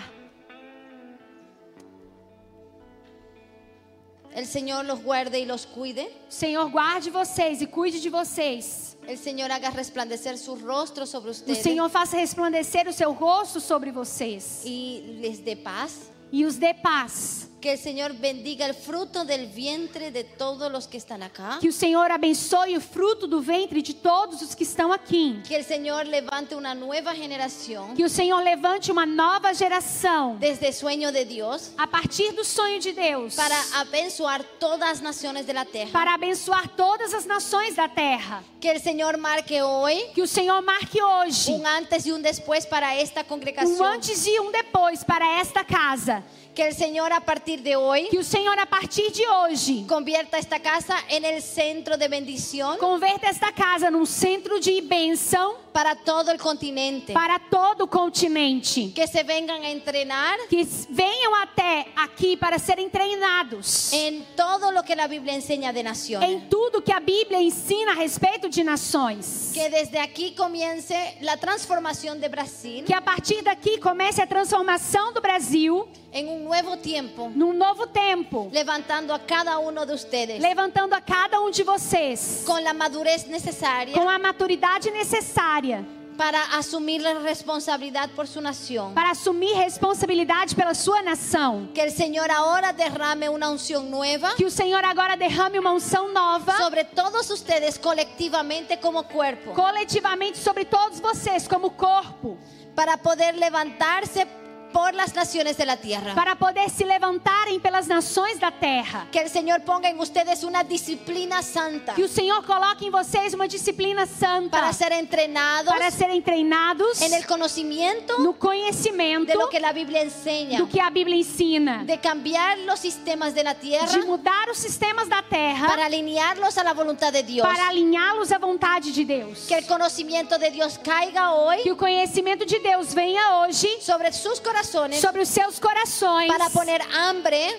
El Señor los guarde y los cuide.
O Senhor guarde vocês e cuide de vocês.
El Señor haga resplandecer su rostro sobre
O
ustedes
Senhor faça resplandecer o seu rosto sobre vocês
y les dé paz.
e os dê paz.
Que el Señor bendiga el fruto del vientre de todos los que están acá.
Que o Senhor abençoe o fruto do ventre de todos os que estão aqui.
Que el Señor levante una nueva generación
Que o Senhor levante uma nova geração
desde sueño de Dios
a partir do sonho de Deus
para abençoar todas las naciones de la tierra.
para abençoar todas as nações da terra.
Que el Señor marque hoy
Que o Senhor marque hoje
un antes y un después para esta
um
congregación.
antes e um depois para esta casa.
Que el Señor a partir de hoy
Que o Senhor, a partir de hoje,
convierta esta casa en el centro de bendición
converta esta casa num centro de bênção
para todo el continente.
para todo o continente.
Que se vengan a entrenar
Que s- venham até aqui para serem treinados
en todo lo que la Biblia enseña de naciones.
em tudo que a Bíblia ensina a respeito de nações.
Que desde aquí comience la transformación de Brasil
Que a partir daqui comece a transformação do Brasil
en un nuevo tiempo,
num novo tempo,
levantando a cada uno de ustedes
levantando a cada um de vocês
con la madurez necesaria
com a maturidade necessária
para asumir la responsabilidad por su nación.
para assumir responsabilidade pela sua nação.
Que el Señor ahora derrame una unción nueva
Que o Senhor agora derrame uma unção nova
sobre todos ustedes colectivamente como cuerpo
coletivamente sobre todos vocês, como corpo,
para poder levantarse por las naciones de la tierra.
para poder se levantarem pelas nações da terra.
Que el Señor ponga en ustedes una disciplina santa
Que o Senhor coloque em vocês uma disciplina santa
para ser entrenados
para serem treinados
en el conocimiento
no conhecimento
de lo que la Biblia enseña,
do que a Bíblia ensina,
de cambiar los sistemas de la tierra
de mudar os sistemas da
para
terra
alinearlos a la voluntad de Dios.
para alinhá-los à vontade de Deus.
Que el conocimiento de Dios caiga hoy
Que o conhecimento de Deus venha hoje
sobre sus corazones
sobre os seus corações
para poner hambre,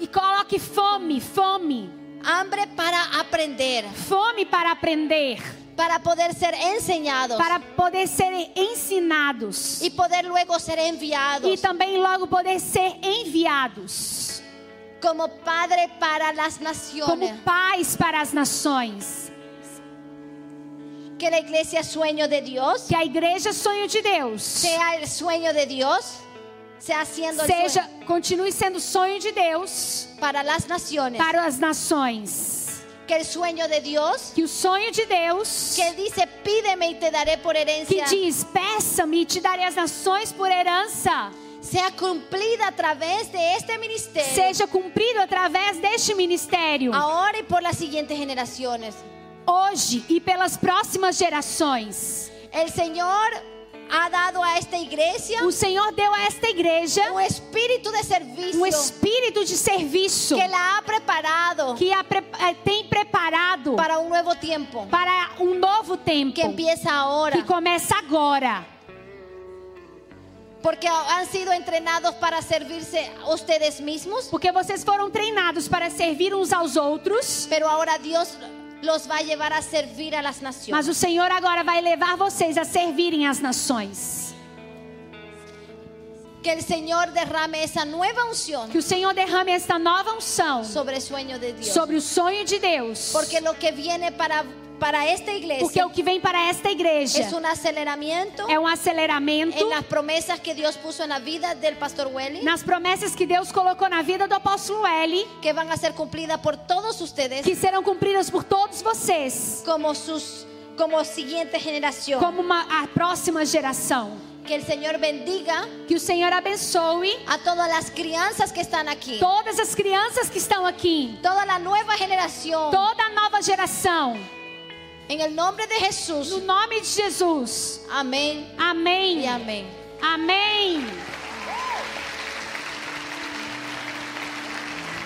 e coloque fome, fome,
hambre para aprender.
fome para aprender.
para poder ser enseñados
para poder serem ensinados
y poder luego ser
e
enviados
também logo poder ser enviados
como padre para las
como
naciones.
pais para as nações.
Que la iglesia sueño de Dios
Que a igreja sonho de Deus
sea el sueño de Dios, sea siendo el
seja,
sueño
continue sendo sonho de Deus
para las naciones.
para as nações.
Que el sueño de Dios,
Que o sonho de Deus
que dice, pídeme y te daré por
que
herencia,
diz: Peça-me e te darei as nações por herança,
sea cumplida a través de este ministerio,
seja cumprido através deste ministério,
ahora y por las siguientes generaciones.
hoje e pelas próximas gerações.
El Señor ha dado a esta iglesia
O Senhor deu a esta igreja
un espíritu de servicio
um espírito de serviço
que la ha preparado
que a pre- eh, tem preparado
para un nuevo tiempo
para um novo tempo
que empieza ahora,
que começa agora.
porque han sido entrenados para servirse a ustedes mismos,
Porque vocês foram treinados para servir uns aos outros,
pero ahora Dios los va a llevar a servir a las
mas
naciones.
o Senhor agora vai levar vocês a servirem as nações.
Que el Señor derrame esa nueva unción
Que o Senhor derrame esta nova unção
sobre el sueño de Dios,
sobre o sonho de Deus.
porque é lo que viene para para esta
Porque o
iglesia
que vem para esta igreja
es un aceleramiento
é um aceleramento
en las promesas que Dios puso en la vida del pastor Welly.
nas promessas que Deus colocou na vida do apóstolo L,
que van a ser cumplidas por todos ustedes
que serão cumpridas por todos vocês,
como sus como siguiente generación.
como uma, a próxima geração.
Que el Señor bendiga
Que o Senhor abençoe
a todas las crianzas que están aquí,
todas as crianças que estão aqui,
toda la nueva generación.
toda a nova geração.
En el nombre de Jesús.
No nome de Jesus.
Amén
Amém.
y amén.
Amém.